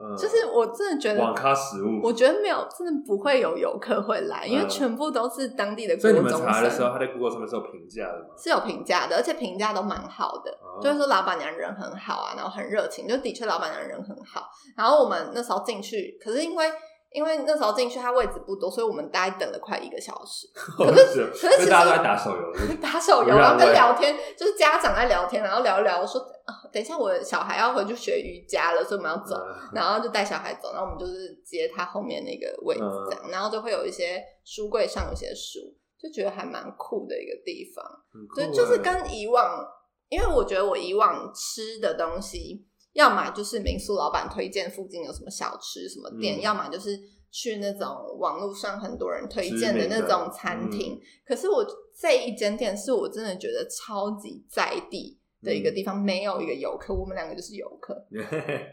S3: 嗯，
S2: 就是我真的觉
S3: 哦网
S2: 得。
S3: 咖食物。
S2: 我觉得没有，真的不会有游客会来，因为
S3: 嗯
S2: 全部都是当地的
S3: 所
S2: 国
S3: 以你们
S2: 中
S3: 查的时候，
S2: 生，
S3: 他在 Google 上面是有评价的吗？
S2: 是有评价的，而且评价都蛮好的。
S3: 哦
S2: 就是说老板娘人很好啊，然后很热情，就的确老板娘人很好。然后我们那时候进去，可是因为因为那时候进去他位置不多，所以我们大概等了快一个小时，
S3: 我
S2: 可
S3: 是
S2: 可是
S3: 因
S2: 其
S3: 为
S2: 实
S3: 大家都在打手游，
S2: 打手游，
S3: 让
S2: 然后跟
S3: 位
S2: 聊天，就是家长在聊天，然后聊一聊，我说、啊等一下我的小孩要回去学瑜伽了， 所以我们要走。
S3: 嗯
S2: 然后就带小孩走，然后我们就是接他后面那个位置这样，然后就会有一些书柜上有一些书，就觉得还蛮酷的一个地方。
S3: 很酷
S2: 对，就是
S3: 欸
S2: 跟以往，因为我觉得我以往吃的东西，要么就是民宿老板推荐附近有什么小吃、什么店，
S3: 嗯
S2: 要么就是去那种网络上很多人推
S3: 知
S2: 荐的
S3: 名
S2: 那
S3: 的嗯
S2: 种餐厅。可是我这一间店是我真的觉得超级在地。的一个
S3: 嗯
S2: 地方没有一个游客，我们两个就是游客，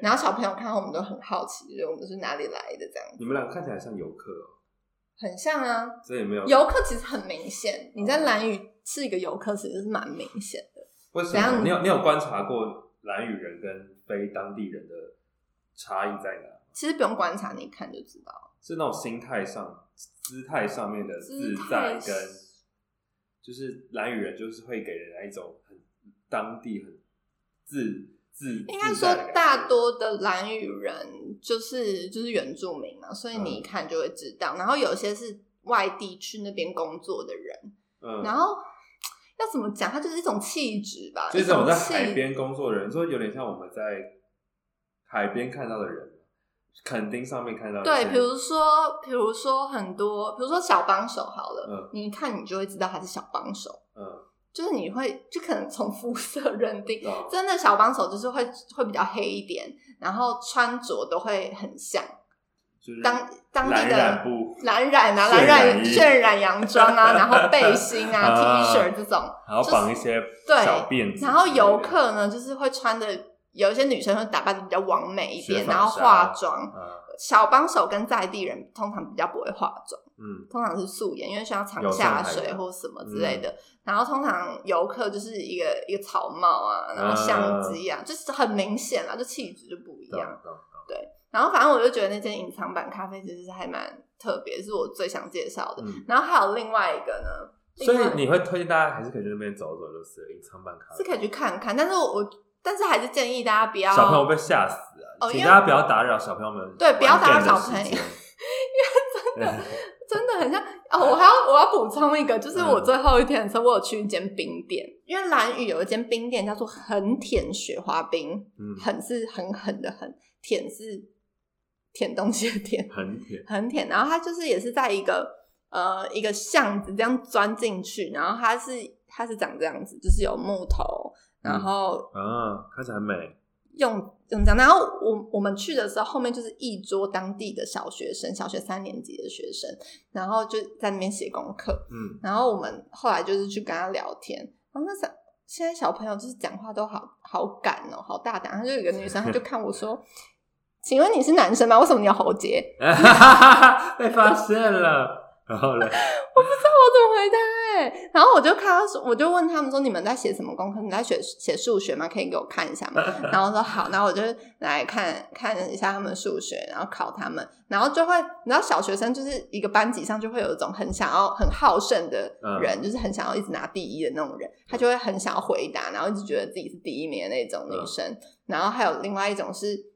S2: 然后小朋友看到我们都很好奇，就是我们是哪里来的这样，
S3: 你们俩看起来像游客哦，
S2: 很像啊。
S3: 这也没有
S2: 游客其实很明显，你
S3: 哦
S2: 在蓝屿是一个游客，其实是蛮明显的。
S3: 为什
S2: 怎
S3: 么？
S2: 样
S3: 你有你有观察过蓝屿人跟非当地人的差异在哪？
S2: 其实不用观察，你一看就知道。
S3: 是那种心态上、姿态上面的自在跟，就是蓝雨人就是会给人家一种很当地很自自，
S2: 应该
S3: 自
S2: 说
S3: 在的感觉，
S2: 大多的蓝屿人就是就是原住民嘛，所以你
S3: 嗯
S2: 一看就会知道。然后有些是外地去那边工作的人，
S3: 嗯，
S2: 然后要怎么讲，它就是一种气质吧，
S3: 就是
S2: 一
S3: 我
S2: 种
S3: 们在
S2: 气
S3: 海边工作的人，说有点像我们在海边看到的人，垦丁上面看到的
S2: 对，
S3: 人
S2: 比如说，比如说很多，比如说小帮手好了，
S3: 嗯
S2: 你一看你就会知道他是小帮手，
S3: 嗯，
S2: 就是你会就可能从肤色 认定，
S3: 懂
S2: 真的小帮手就是会会比较黑一点，然后穿着都会很像
S3: 就是
S2: 当当地
S3: 蓝
S2: 的
S3: 染布，
S2: 蓝染啊，蓝
S3: 渲染
S2: 染
S3: 衣
S2: 渲染洋装 啊，然后背心啊、
S3: 啊
S2: T 恤这种，
S3: 然后
S2: 就是
S3: 绑一些
S2: 对
S3: 小辫子，
S2: 然后游。客呢就是会穿的，有一些女生会打扮的比较完美一点，
S3: 雪纺
S2: 然后
S3: 纱
S2: 化妆。
S3: 嗯
S2: 小帮手跟在地人通常比较不会化妆。
S3: 嗯，
S2: 通常是素颜，因为需要常
S3: 有上
S2: 下
S3: 海
S2: 水
S3: 的
S2: 或什么之类的。然后通常游客就是一个一个草帽啊，然后
S3: 啊
S2: 相机啊，就是很明显啊，就气质就不一
S3: 懂
S2: 样。
S3: 懂
S2: 然后反正我就觉得那间隐藏版咖啡其实还蛮特别，是我最想介绍的。
S3: 嗯，
S2: 然后还有另外一个呢，
S3: 所
S2: 另外
S3: 以你会推荐大家还是可以去那边走走，就是了隐藏版咖啡
S2: 是可以去看看，但是我我但是还是建议大家不要
S3: 小朋友被吓死啊！
S2: 哦因为
S3: 请大家不要打扰小朋友们，
S2: 对不要打扰小朋友
S3: 友，因为真的时间
S2: 真的很像哦！我还要我要补充一个，就是我
S3: 嗯
S2: 最后一天的时候，我有去一间冰店，因为蓝屿有一间冰店叫做很舔雪花冰，
S3: 嗯
S2: 很是狠狠的狠，舔是舔东西的舔，
S3: 很甜，
S2: 很甜。然后它就是也是在一个呃一个巷子这样钻进去，然后它是它是长这样子，就是有木头，
S3: 嗯
S2: 然后
S3: 啊，看起来很美，
S2: 用怎么讲？然后我我们去的时候，后面就是一桌当地的小学生，小学三年级的学生，然后就在那边写功课。
S3: 嗯，
S2: 然后我们后来就是去跟他聊天，然后那小现在小朋友就是讲话都好好敢哦，好大胆。他就有一个女生，她就看我说：“请问你是男生吗？为什么你有喉结？”
S3: 被发现了，然后嘞，
S2: 我怎么回答、欸？然后我就看他说，我就问他们说：“你们在写什么功课？你在写写数学吗？可以给我看一下吗？”然后我说：“好。”然后我就来看看一下他们数学，然后考他们，然后就会，你知道小学生就是一个班级上就会有一种很想要很好胜的人，就是很想要一直拿第一的那种人，他就会很想要回答，然后一直觉得自己是第一名的那种女生。然后还有另外一种是。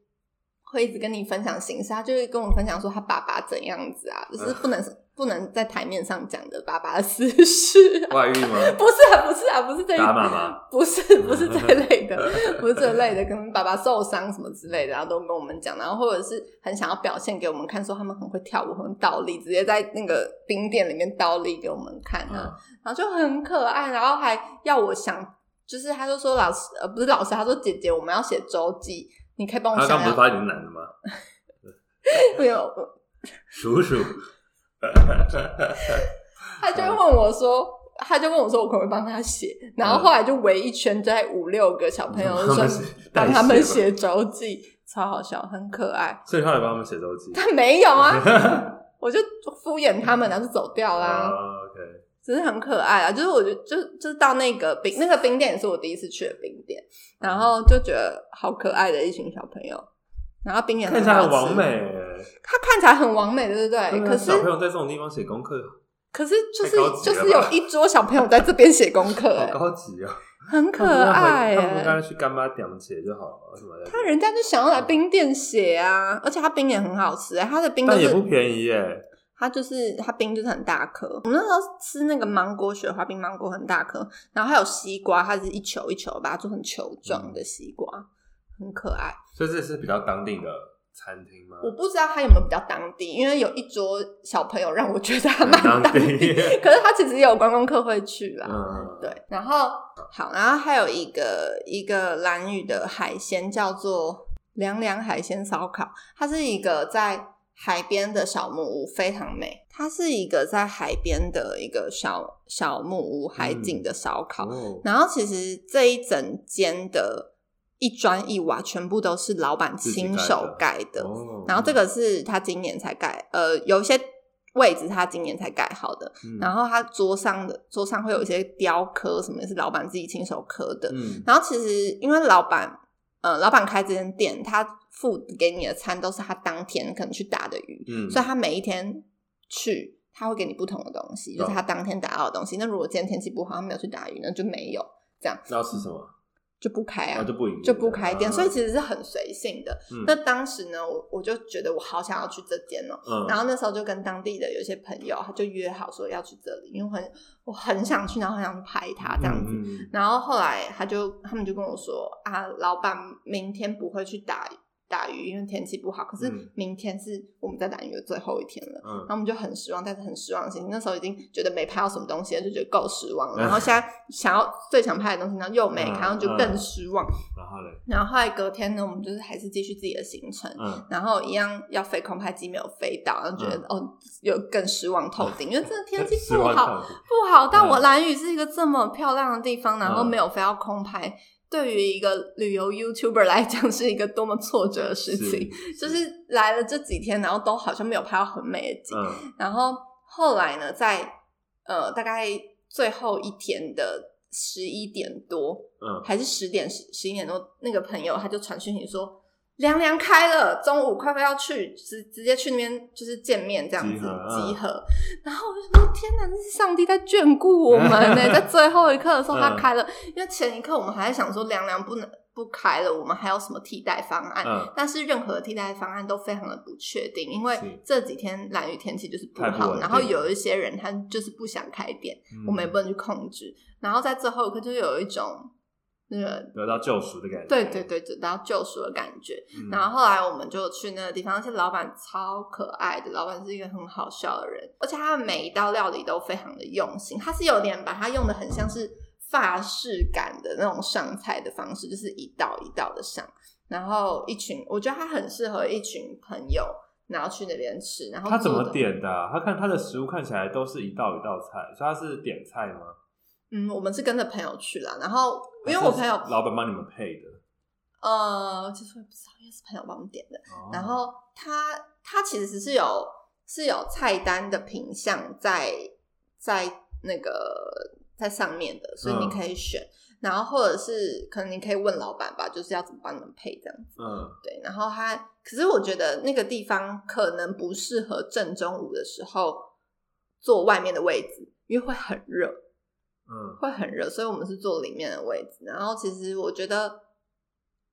S2: 会一直跟你分享形式，他就会跟我分享说他爸爸怎样子啊，就是不能、
S3: 嗯
S2: 不能在台面上讲的爸爸的私事啊、
S3: 外遇吗？
S2: 不是啊，不是啊，不是这一
S3: 打妈妈，
S2: 不是不是这类的，不是这类的，可能爸爸受伤什么之类的，然后都跟我们讲，然后或者是很想要表现给我们看，说他们很会跳舞，很倒立，直接在那个冰店里面倒立给我们看
S3: 嗯
S2: 啊，然后就很可爱，然后还要我想，就是他就说老师呃不是老师，他说姐姐我们要写周记，你可以帮我
S3: 他
S2: 想
S3: 刚不
S2: 要
S3: 是发现你是男的吗？
S2: 没有，
S3: 叔叔，
S2: 他就问我说，他就问我说，我可不可以帮他写？
S3: 嗯
S2: 然后后来就围一圈，大概五六个小朋 友就说帮他们，写周记，超好笑，很可爱。
S3: 所以他来帮他们写周记。
S2: 但没有 啊，我就敷衍他们，然后就走掉啦。
S3: 啊，OK，
S2: 只是很可爱啊，就是我觉得就就是到那个冰那个冰店也是我第一次去的冰店，然后就觉得好可爱的一群小朋友，然后冰也
S3: 看起
S2: 好
S3: 来
S2: 吃
S3: 很完美，
S2: 他看起来很完美，对不对？
S3: 对啊
S2: 可是
S3: 小朋友在这种地方写功课，
S2: 可是就是
S3: 太高级
S2: 就
S3: 了
S2: 是有
S3: 吧
S2: 一桌小朋友在这边写功课、
S3: 好
S2: 哎
S3: 高级哦，
S2: 很可爱
S3: 他们
S2: 耶、
S3: 刚才去干妈店写就好了，什么的。
S2: 他人家就想要来冰店写啊，而且他冰也很好吃、哎他的冰都
S3: 但也不
S2: 是
S3: 便宜耶，
S2: 他就是他冰就是很大颗。我们那时候吃那个芒果雪花冰，芒果很大颗，然后还有西瓜，它是一球一球，把它做成球状的西瓜，很可爱。
S3: 所以这是比较当地的餐厅吗？
S2: 我不知道他有没有比较当地，因为有一桌小朋友让我觉得他蛮
S3: 很
S2: 当
S3: 当
S2: 地，
S3: 地
S2: 可是他其实也有观光客会去啦。
S3: 嗯，
S2: 对，然后好，然后还有一个一个蓝屿的海鲜叫做凉凉海鲜烧烤，它是一个在海边的小木屋，非常美。它是一个在海边的一个小小木屋，海
S3: 嗯
S2: 景的烧烤。
S3: 哦，
S2: 然后其实这一整间的一砖一瓦全部都是老板
S3: 自己
S2: 亲
S3: 盖
S2: 手
S3: 的
S2: 盖的，
S3: 哦
S2: 然后这个是他今年才盖，呃，有一些位置他今年才盖好的。
S3: 嗯
S2: 然后他桌上的桌上会有一些雕刻，什么是老板自己亲手刻的。
S3: 嗯
S2: 然后其实因为老板，呃，老板开这间店，他付给你的餐都是他当天可能去打的鱼，
S3: 嗯，
S2: 所以他每一天去，他会给你不同的东西，就是
S3: 哦
S2: 他当天打到的东西。那如果今天天气不好，他没有去打鱼，那就没有，这样
S3: 那要吃什么？
S2: 就不开啊，
S3: 啊，就不营业嗯
S2: 就不开店。所以
S3: 实
S2: 其实是很随性的。那当时呢，我我就觉得我好想要去这间哦、然
S3: 嗯，
S2: 后那时候就跟当地的有一些朋友，他就约好说要去这里，因为我很我很想去，然后很想拍他这样子。
S3: 嗯，嗯嗯
S2: 然后后来他就他们就跟我说啊，老板明天不会去打打鱼，因为天气不好。可是
S3: 嗯
S2: 明天是我们在打鱼的最后一天了。
S3: 嗯
S2: 然后我们就很失望，但是很失望的心情。那时候已经觉得没拍到什么东西了，就觉得够失 望了。然后现在想要最想拍的东西，然后又没看，然后
S3: 嗯
S2: 就更失望。
S3: 然后嘞，
S2: 然后后来隔天呢，我们就是还是继续自己的行程。
S3: 嗯，
S2: 然后一样要飞空拍机没有飞到，然后觉得、哦有更失望透顶，因为真的天气
S3: 失
S2: 不
S3: 望
S2: 好
S3: 到底
S2: 不好。但我
S3: 嗯
S2: 蓝屿是一个这么漂亮的地方，然后
S3: 嗯
S2: 没有飞到空拍，对于一个旅游 YouTuber 来讲是一个多么挫折的事情。
S3: 是
S2: 就是来了这几天，然后都好像没有拍到很美的景，
S3: 嗯
S2: 然后后来呢，在呃大概最后一天的十一点多，
S3: 嗯
S2: 还是十点十十一点多，那个朋友他就传讯息说。凉凉开了，中午快快要去，直直接去那边就是见面这样子
S3: 集合
S2: 集
S3: 嗯
S2: 合。然后我就说：天哪，这是上帝在眷顾 我们呢、在最后一刻的时候，他
S3: 嗯
S2: 开了，因为前一刻我们还在想说凉凉不能不开了，我们还有什么替代方案？
S3: 嗯，
S2: 但是任何替代方案都非常的不确定，因为
S3: 是
S2: 这几天蓝雨天气就是不
S3: 太不稳
S2: 好，
S3: 定
S2: 然后有一些人他就是不想开店，
S3: 嗯
S2: 我们也不能去控制。然后在最后一刻就有一种那个
S3: 得嗯到救赎的感觉。
S2: 对对对，得到救赎的感觉。
S3: 嗯，
S2: 然后后来我们就去那个地方，而且老板超可爱的，老板是一个很好笑的人，而且他的每一道料理都非常的用心，他是有点把它用的很像是法式感的那种上菜的方式，就是一道一道的上。然后一群，我觉得他很适合一群朋友，然后去那边吃。然后
S3: 他怎
S2: 做
S3: 么
S2: 的？
S3: 点的啊、他看他的食物看起来都是一道一道菜，所以他是点菜吗？
S2: 嗯，我们是跟着朋友去啦。然后因为我朋友，
S3: 还是老板帮你们配的，
S2: 呃，其实我也不知道，应该是朋友帮我们点的。
S3: 哦
S2: 然后它它其实是有是有菜单的品相在在那个在上面的，所以你
S3: 嗯
S2: 可以选。然后或者是可能你可以问老板吧，就是要怎么帮你们配这样子。
S3: 嗯，
S2: 对，然后它可是我觉得那个地方可能不适合正中午的时候坐外面的位置，因为会很热。
S3: 嗯，
S2: 会很热，所以我们是坐里面的位置。然后其实我觉得，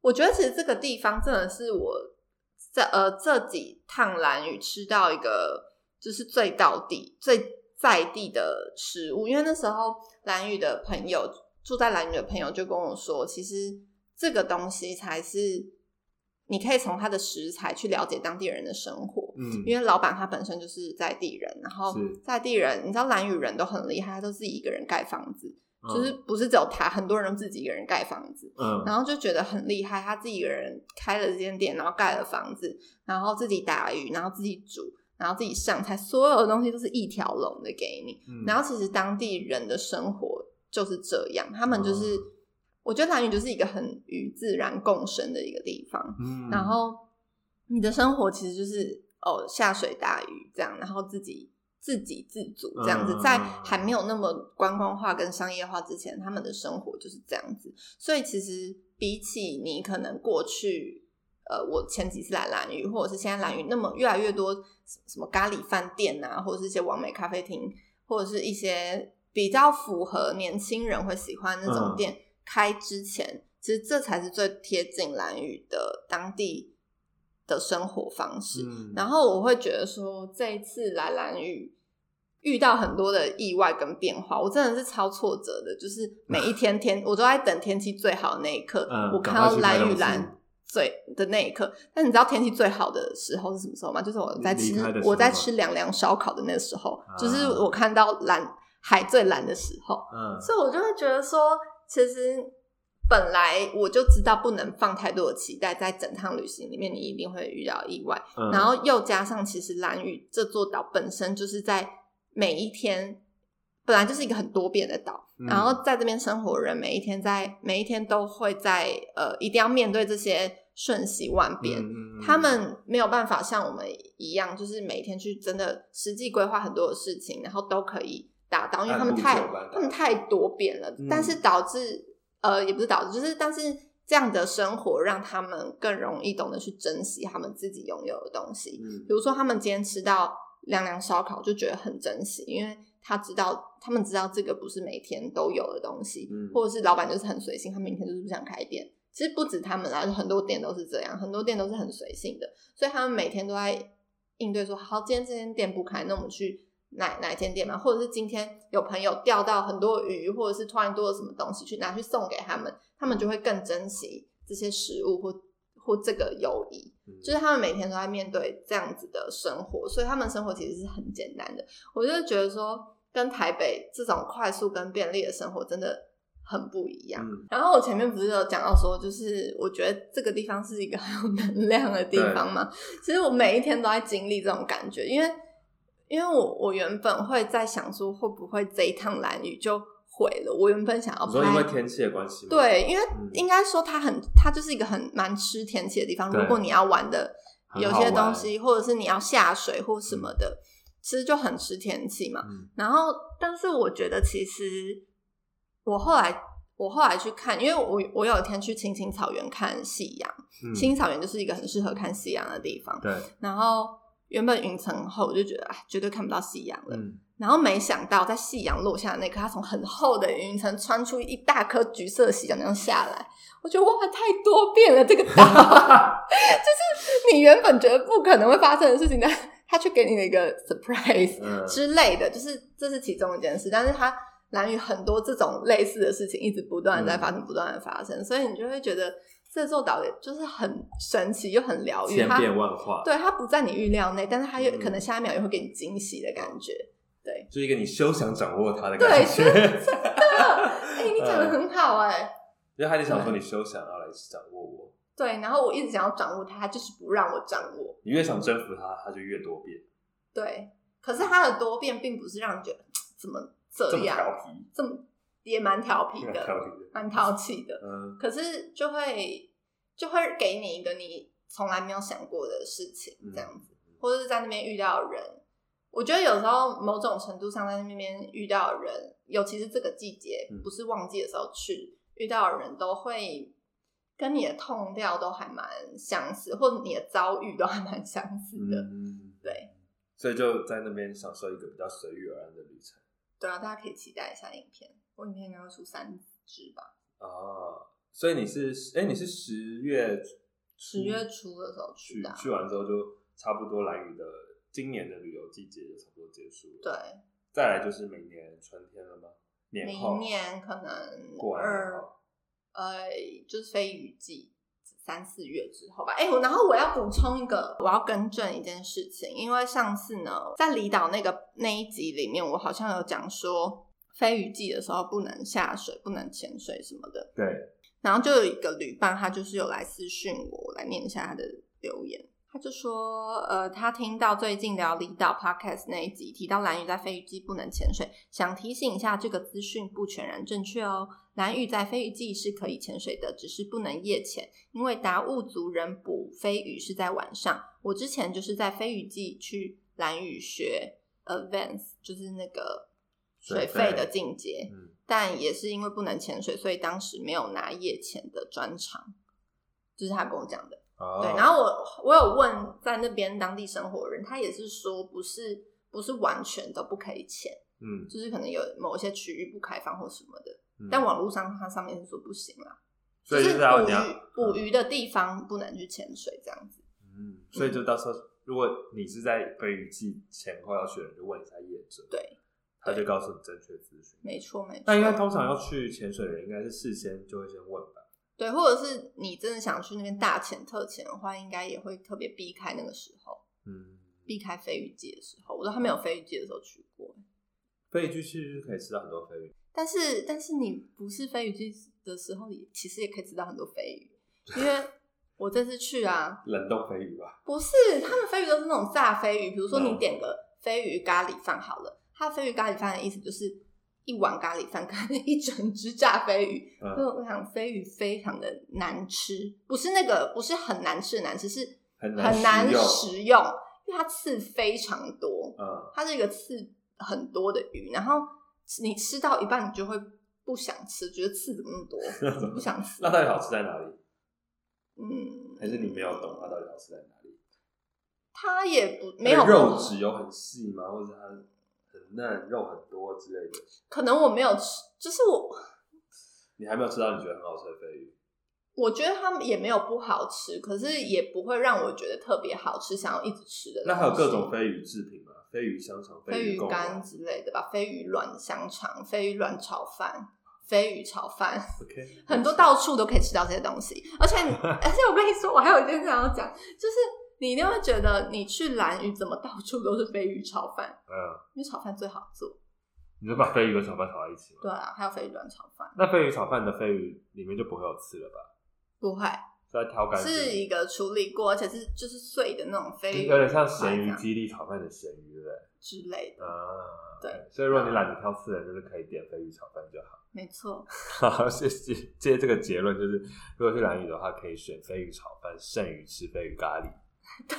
S2: 我觉得其实这个地方真的是我这呃这几趟蓝屿吃到一个就是最到地最在地的食物，因为那时候蓝屿的朋友住在蓝屿的朋友就跟我说，其实这个东西才是你可以从它的食材去了解当地人的生活。
S3: 嗯，
S2: 因为老板他本身就是在地人，然后
S3: 是
S2: 在地人，你知道蓝屿人都很厉害，他都自己一个人盖房子，
S3: 嗯
S2: 就是不是只有他，很多人都自己一个人盖房子，
S3: 嗯，
S2: 然后就觉得很厉害，他自己一个人开了这间店，然后盖了房子，然后自己打鱼，然后自己煮，然后自己上菜，所有的东西都是一条龙的给你。
S3: 嗯
S2: 然后其实当地人的生活就是这样，他们就是，
S3: 哦
S2: 我觉得蓝屿就是一个很与自然共生的一个地方。
S3: 嗯
S2: 然后你的生活其实就是哦下水打鱼这样，然后自己自给自足这样子，
S3: 嗯
S2: 在还没有那么观光化跟商业化之前，他们的生活就是这样子。所以其实比起你可能过去。呃，我前几次来兰屿，或者是现在兰屿，那么越来越多什么咖喱饭店啊，或者是一些完美咖啡厅，或者是一些比较符合年轻人会喜欢那种
S3: 嗯
S2: 店，开之前，其实这才是最贴近蓝屿的当地的生活方式。
S3: 嗯
S2: 然后我会觉得说，这一次来蓝屿遇到很多的意外跟变化，我真的是超挫折的。就是每一天天，我都在等天气最好的那一刻，
S3: 嗯
S2: 我看
S3: 赶快
S2: 到
S3: 去买
S2: 蓝
S3: 东
S2: 屿
S3: 西
S2: 蓝。最的那一刻，但你知道天气最好的时候是什么时候吗？就是我在吃
S3: 离开的时候
S2: 我在吃凉凉烧烤的那时候，
S3: 啊
S2: 就是我看到蓝海最蓝的时候。
S3: 嗯，
S2: 所以我就会觉得说，其实本来我就知道不能放太多的期待，在整趟旅行里面，你一定会遇到意外。
S3: 嗯
S2: 然后又加上，其实蓝屿这座岛本身就是在每一天。本来就是一个很多变的岛，
S3: 嗯
S2: 然后在这边生活的人每一天在每一天都会在呃，一定要面对这些瞬息万变，
S3: 嗯嗯嗯
S2: 他们没有办法像我们一样，就是每天去真的实际规划很多的事情，然后都可以达到，因为他们太
S3: 按部就班
S2: 他们太多变了，
S3: 嗯
S2: 但是导致呃也不是导致，就是但是这样的生活让他们更容易懂得去珍惜他们自己拥有的东西。
S3: 嗯
S2: 比如说，他们今天吃到凉凉烧烤，就觉得很珍惜，因为他知道他们知道这个不是每天都有的东西，
S3: 嗯
S2: 或者是老板就是很随性，他明天就是不想开店。其实不止他们啦，就很多店都是这样，很多店都是很随性的，所以他们每天都在应对说，好，今天这间店不开，那我们去哪哪一间店嘛，或者是今天有朋友钓到很多鱼，或者是突然多了什么东西，去拿去送给他们，他们就会更珍惜这些食物或或这个友谊。
S3: 嗯
S2: 就是他们每天都在面对这样子的生活，所以他们生活其实是很简单的。我就觉得说，跟台北这种快速跟便利的生活真的很不一样。
S3: 嗯
S2: 然后我前面不是有讲到说，就是我觉得这个地方是一个 很有能量的地方嘛。其实我每一天都在经历这种感觉，因为因为我我原本会在想说，会不会这一趟蓝雨就毁了？我原本想要
S3: 你说因为
S2: 拍
S3: 天气的关系吗？
S2: 对，因为
S3: 嗯
S2: 应该说它很，它就是一个很蛮吃天气的地方。
S3: 对
S2: 如果你要玩的
S3: 很
S2: 有
S3: 好
S2: 些东
S3: 玩
S2: 西，或者是你要下水或什么的，其实就很吃天气嘛。
S3: 嗯
S2: 然后，但是我觉得其实我后来我后来去看，因为我我有一天去青青草原看夕阳，
S3: 嗯
S2: 青青草原就是一个很适合看夕阳的地方。
S3: 对，
S2: 然后原本云层厚，我就觉得哎，绝对看不到夕阳了。
S3: 嗯
S2: 然后没想到，在夕阳落下的那一刻，它从很厚的云层穿出一大颗橘色的夕阳，那样下来。我觉得哇，太多变了，这个岛， 就是你原本觉得不可能会发生的事情，但它却给你了一个 surprise
S3: 嗯，
S2: 之类的，就是这是其中一件事。但是它蓝屿很多这种类似的事情一直不断地在发
S3: 嗯
S2: 生，不断的发生，所以你就会觉得这座岛也就是很神奇又很疗愈，
S3: 千
S2: 它
S3: 变万化，，
S2: 对它不在你预料内，但是它又、
S3: 嗯
S2: 可能下一秒又会给你惊喜的感觉。对，
S3: 就一个你休想掌握它的
S2: 对
S3: 感觉。
S2: 哎、你讲
S3: 嗯
S2: 的很好哎、
S3: 因为他就想说你休想要来掌握我，
S2: 对，然后我一直想要掌握它，它就是不让我掌握。
S3: 你越想征服它，它就越多变，
S2: 对，可是它的多变并不是让你觉得怎么这
S3: 这么
S2: 样，
S3: 调皮，
S2: 这么也蛮调皮
S3: 这么
S2: 的，
S3: 调皮的，
S2: 蛮淘气的。
S3: 嗯，
S2: 可是就会就会给你一个你从来没有想过的事情，
S3: 嗯
S2: 这样子，或者是在那边遇到的人。我觉得有时候某种程度上在那边遇到的人，尤其是这个季节
S3: 嗯，
S2: 不是旺季的时候去遇到的人，都会跟你的痛调都还蛮相似，或者你的遭遇都还蛮相似的。
S3: 嗯，
S2: 对，
S3: 所以就在那边享受一个比较随遇而安的旅程
S2: 对啊，大家可以期待一下影片，我影片应该会出三支吧，
S3: 啊。所以你是，哎，你是十月
S2: 十月初的时候去
S3: 去
S2: 的啊、
S3: 去完之后就差不多蓝屿的今年的旅游季节就差不多结束了。
S2: 对，，
S3: 再来就是明年春天了吗？年后
S2: 明年可能
S3: 过完年
S2: 二
S3: 后，
S2: 呃，就是非雨季三四月之后吧。哎、我然后我要补充一个，我要更正一件事情，因为上次呢，在离岛那个那一集里面，我好像有讲说非雨季的时候不能下水、不能潜水什么的。
S3: 对，
S2: 然后就有一个旅伴，他就是有来私讯我，我来念一下他的留言。他就说，呃，他听到最近聊离岛 podcast 那一集提到蓝屿在飞鱼季不能潜水，想提醒一下，这个资讯不全然正确哦。蓝屿在飞鱼季是可以潜水的，只是不能夜潜，因为达悟族人捕飞鱼是在晚上。我之前就是在飞鱼季去蓝屿学 advance，就是那个水
S3: 水
S2: 肺的
S3: 肺
S2: 境界。
S3: 嗯，
S2: 但也是因为不能潜水，所以当时没有拿夜潜的专长，就是他跟我讲的。
S3: 哦
S2: 对，然后我我有问在那边当地生活的人，他也是说不是不是完全都不可以潜，
S3: 嗯，
S2: 就是可能有某一些区域不开放或什么的。
S3: 嗯
S2: 但网络上它上面是说不行啦，
S3: 所以
S2: 就
S3: 就是是
S2: 捕
S3: 要
S2: 鱼
S3: 你要
S2: 捕鱼的地方不能去潜水这样子。
S3: 嗯，所以就到时候如果你是在飞鱼季前后要去的人，就问一下业者，
S2: 对，
S3: 他就告诉你正确资讯。
S2: 没错，没错。
S3: 那应该通常要去潜水的人，应该是事先就会先问吧。
S2: 对，或者是你真的想去那边大潜特潜的话，应该也会特别避开那个时候。
S3: 嗯，
S2: 避开飞鱼季的时候，我都还没有飞鱼季的时候去过。
S3: 飞鱼季其实可以吃到很多飞鱼，
S2: 但是，但是你不是飞鱼季的时候，你其实也可以吃到很多飞鱼，因为我这次去啊，
S3: 冷冻飞鱼吧。
S2: 不是他们飞鱼都是那种炸飞鱼，比如说你
S3: 嗯
S2: 点个飞鱼咖喱饭好了，它飞鱼咖喱饭的意思就是一碗咖喱饭跟一整只炸飞鱼，所以
S3: 嗯，
S2: 我想飞鱼非常的难吃，不是那个不是很难吃的难吃，是
S3: 很难
S2: 很难
S3: 食用
S2: 食用，因为它刺非常多，
S3: 嗯，
S2: 它是一个刺很多的鱼，然后你吃到一半，你就会不想吃，觉得刺怎么那么多，不想吃。
S3: 啊那到底好吃在哪里？
S2: 嗯，
S3: 还是你没有懂它到底好吃在哪里？
S2: 它也不没有
S3: 它的肉质有很细吗？或者它很嫩，肉很多之类的？
S2: 可能我没有吃，就是我
S3: 你还没有吃到你觉得很好吃的飞鱼？
S2: 我觉得它们也没有不好吃，可是也不会让我觉得特别好吃，想要一直吃的东西。
S3: 那还有各种飞鱼制品吗？飞鱼香肠、
S2: 飞
S3: 鱼
S2: 鱼
S3: 贡
S2: 干
S3: 丸
S2: 之类的吧，飞鱼卵香肠、飞鱼卵炒饭、飞鱼炒饭。
S3: ，OK，
S2: 很多到处都可以吃到这些东西，而 且而且我跟你说，我还有一件事想要讲，就是你一定会觉得你去兰屿怎么到处都是鲱鱼炒饭，
S3: 嗯，
S2: 因为炒饭最好做。
S3: 你就把飞鱼跟炒饭炒在一起吗？
S2: 对啊，还有鲱鱼卵炒饭，
S3: 那鲱鱼炒饭的鲱鱼里面就不会有刺了吧？
S2: 不会
S3: 是在挑干净，
S2: 是一个处理过，而且是就是碎的那种鲱鱼，
S3: 有点像咸
S2: 啊
S3: 鱼基地炒饭的咸鱼，对不对？
S2: 之类的，
S3: 啊，
S2: 对。嗯
S3: 所以如果你懒得挑刺的人，就是可以点鲱鱼炒饭就好。
S2: 没错，
S3: 好，谢谢。接这个结论就是，如果去兰屿的话，可以选鲱鱼炒饭，剩鱼吃鲱鱼咖喱。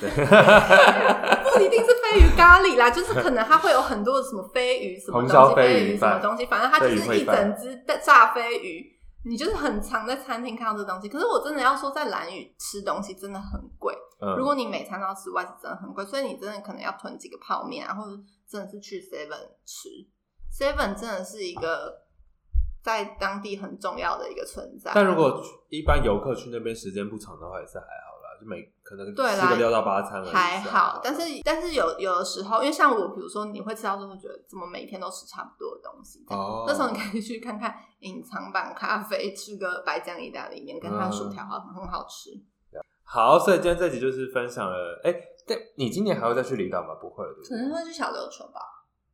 S3: 对，
S2: 不一定是鲱鱼咖喱啦，就是可能它会有很多什么鲱鱼什么
S3: 红
S2: 东
S3: 烧
S2: 西，
S3: 鲱
S2: 鲱
S3: 鱼
S2: 鱼什么
S3: 饭
S2: 东西，反正它就
S3: 鲱鱼
S2: 是
S3: 烩
S2: 一整
S3: 饭
S2: 只炸鲱鱼。你就是很常在餐厅看到这东西，可是我真的要说，在兰屿吃东西真的很贵，
S3: 嗯
S2: 如果你每餐都要吃外食，真的很贵，所以你真的可能要囤几个泡面啊，或者真的是去 Seven 吃。Seven 真的是一个在当地很重要的一个存在。
S3: 但如果去一般游客去那边时间不长的话，也是还好啦。了，就每可能吃
S2: 对啦
S3: 个六到八餐而已。
S2: 还
S3: 是
S2: 好，但是但是有有的时候，因为像我，比如说你会吃到之后觉得怎么每天都吃差不多的东西，
S3: 哦，
S2: 那时候你可以去看看隐藏版咖啡，吃个白酱意大利面跟它的薯条，很好吃。
S3: 好，所以今天这集就是分享了。哎、对你今年还会再去离岛吗？不会了，对不
S2: 可
S3: 对
S2: 能会去小琉球吧，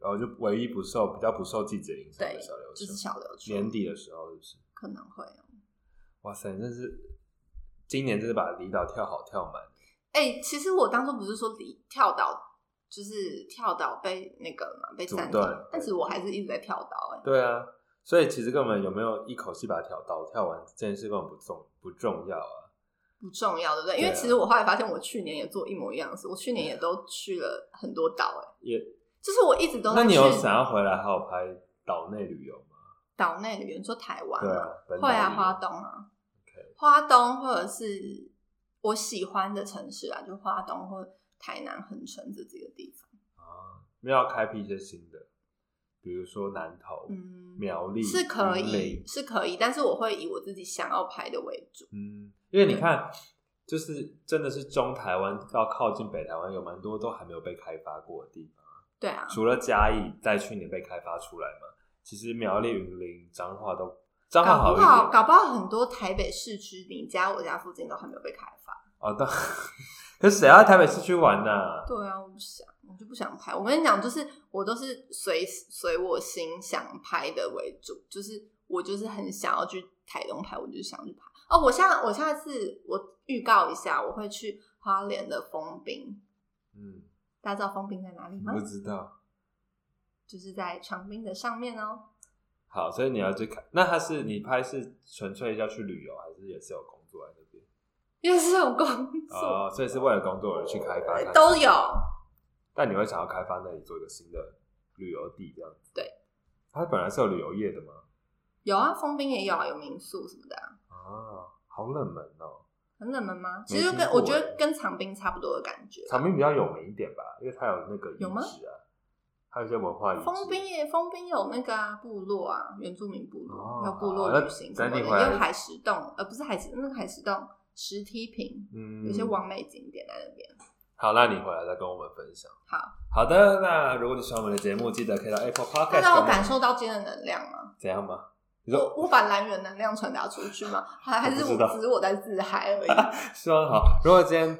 S3: 然后就唯一不受比较不受季节影响的
S2: 对
S3: 嗯小琉球，
S2: 就是小琉球
S3: 年底的时候，是不是？
S2: 可能会哦。
S3: 哇塞，真是今年真是把离岛跳好跳满。
S2: 哎、其实我当初不是说离跳岛，就是跳岛被那个嘛被
S3: 阻
S2: 暂停
S3: 断，
S2: 但是我还是一直在跳岛、哎，
S3: 对啊，所以其实根本有没有一口气把跳岛跳完这件事根本不重不重要啊。
S2: 不重要，对不对？因
S3: 对
S2: 为
S3: 啊
S2: 其实我后来发现，我去年也做一模一样的事，我去年也都去了很多岛、哎，
S3: 也，
S2: 就是我一直都在
S3: 那你有
S2: 去
S3: 想要回来还有拍岛内旅游吗？
S2: 岛内的，比如说台湾、
S3: 对啊，本岛
S2: 会啊，
S3: 旅游
S2: 花东啊
S3: OK
S2: 花东或者是我喜欢的城市啊，就花东或台南恒春这几个地方。
S3: 啊，没有要开辟一些新的，比如说南投、
S2: 嗯，
S3: 苗栗
S2: 是可
S3: 云林
S2: 以，是可以，但是我会以我自己想要拍的为主。
S3: 嗯，因为你看，就是真的是中台湾到靠近北台湾，有蛮多都还没有被开发过的地方，
S2: 对啊，
S3: 除了嘉义在去年被开发出来嘛，其实苗栗、云林、彰化都彰化
S2: 搞
S3: 一
S2: 不好
S3: 点，
S2: 搞不好很多台北市区，你家我家附近都还没有被开发。
S3: 哦，但可是谁要台北市区玩呢、
S2: 对啊，我不想，我就不想拍。我跟你讲，就是我都是随随我心想拍的为主，就是我就是很想要去台东拍，我就想去拍。哦，我下我下次我预告一下，我会去花莲的丰滨。
S3: 嗯，
S2: 大家知道丰滨在哪里吗
S3: 不？知道。
S2: 就是在长滨的上面哦。
S3: 好，所以你要去看，那他是你拍是纯粹要去旅游，还是也是有工作在那边？
S2: 因为是有 工作，
S3: 哦，所以是为了工作而去开发，开发
S2: 都有。
S3: 但你会想要开发那里做一个新的旅游地这样子？
S2: 对，
S3: 它本来是有旅游业的嘛。
S2: 有啊，丰滨也有啊，有民宿什么的、啊，
S3: 啊，好冷门哦。
S2: 很冷门吗？
S3: 没
S2: 其实就
S3: 听
S2: 跟
S3: 过
S2: 我觉
S3: 欸
S2: 得跟长滨差不有的感觉。
S3: 长滨比较有名一点吧，因为它有那个遗
S2: 啊有吗
S3: 址啊，还有一些文化遗址。
S2: 丰滨也，丰滨有那个啊部落啊，原住民部落，
S3: 哦
S2: 有部
S3: 好
S2: 落
S3: 那
S2: 旅行什么
S3: 等
S2: 的，
S3: 你回来
S2: 也有海石洞，呃，不是海石，那个海石洞石梯坪，
S3: 嗯，
S2: 有些完美景点在那边。
S3: 好，那你回来再跟我们分享。
S2: 好，
S3: 好的，那如果你喜欢我们的节目，记得可以到 Apple
S2: 那
S3: Podcast
S2: 让我
S3: 给们
S2: 感受到今天的能量吗？
S3: 怎样吗？你说
S2: 我我把蓝源能量传达出去吗？还还是
S3: 我不知道
S2: 我只是我在自嗨 而已？
S3: 希望好。如果今天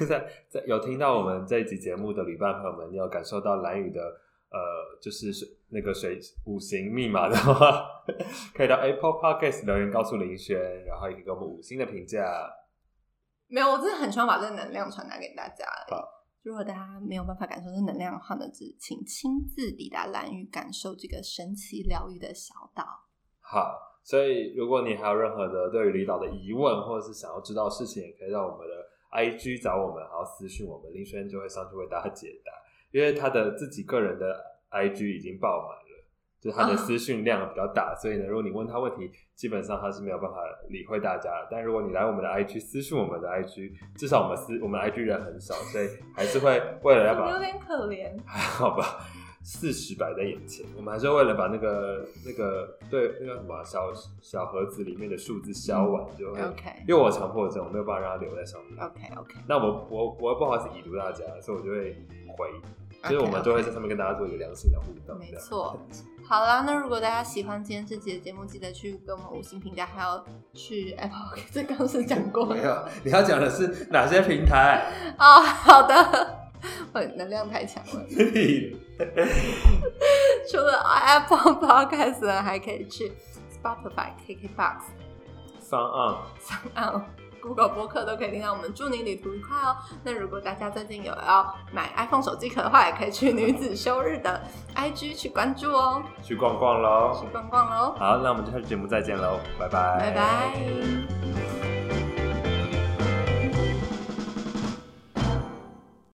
S3: 在在在有听到我们这一集节目的旅伴朋友们，你有感受到蓝雨的呃，就是水那个水五行密码的话， 可以到 Apple Podcast 留言告诉林轩，然后也可以给我们五星的评价。
S2: 没有，我真的很希望把这个能量传达给大家而已
S3: 好
S2: 如果大家没有办法感受这能量的话呢，只请亲自抵达蓝屿，感受这个神奇疗愈的小岛。
S3: 好，所以如果你还有任何的对于离岛的疑问，或者是想要知道的事情，也可以到我们的 IG 找我们，然后私讯我们，林轩就会上去为大家解答。因为他的自己个人的 IG 已经爆满了，就是他的
S2: 啊
S3: 私讯量比较大，所以呢，如果你问他问题，基本上他是没有办法理会大家的。但如果你来我们的 IG 私讯我们的 IG，至少我们私我们 IG 人很少，所以还是会为了要把
S2: 有点可怜。
S3: 还好吧，事实摆在眼前，我们还是为了把那个那个对那个什么小小盒子里面的数字消完，就会。
S2: OK
S3: 因为我强迫症，我没有办法让它留在上面。
S2: OK OK，
S3: 那我我我不好意思已读大家，所以我就会回，就是我们就会在上面跟大家做一个良性的互动。
S2: 没
S3: 这样
S2: 错。好啦，那如果大家喜欢今天这集的节目，记得去给我们五星评价，还有去 Apple，这刚是讲过
S3: 没有，你要讲的是哪些平台？
S2: 哦。好的，我能量太强了。除了 Apple Podcast，呢还可以去 Spotify、KKBox、
S3: 上岸
S2: 上岸、Google 播客都可以听到我们祝你旅途愉快哦。那如果大家最近有要买 iPhone 手机壳的话，也可以去女子休日的 IG 去关注哦，
S3: 去逛逛
S2: 去
S3: 喽。
S2: 逛逛喽。哦
S3: 好，那我们就下期节目再见喽，拜拜，
S2: 拜拜。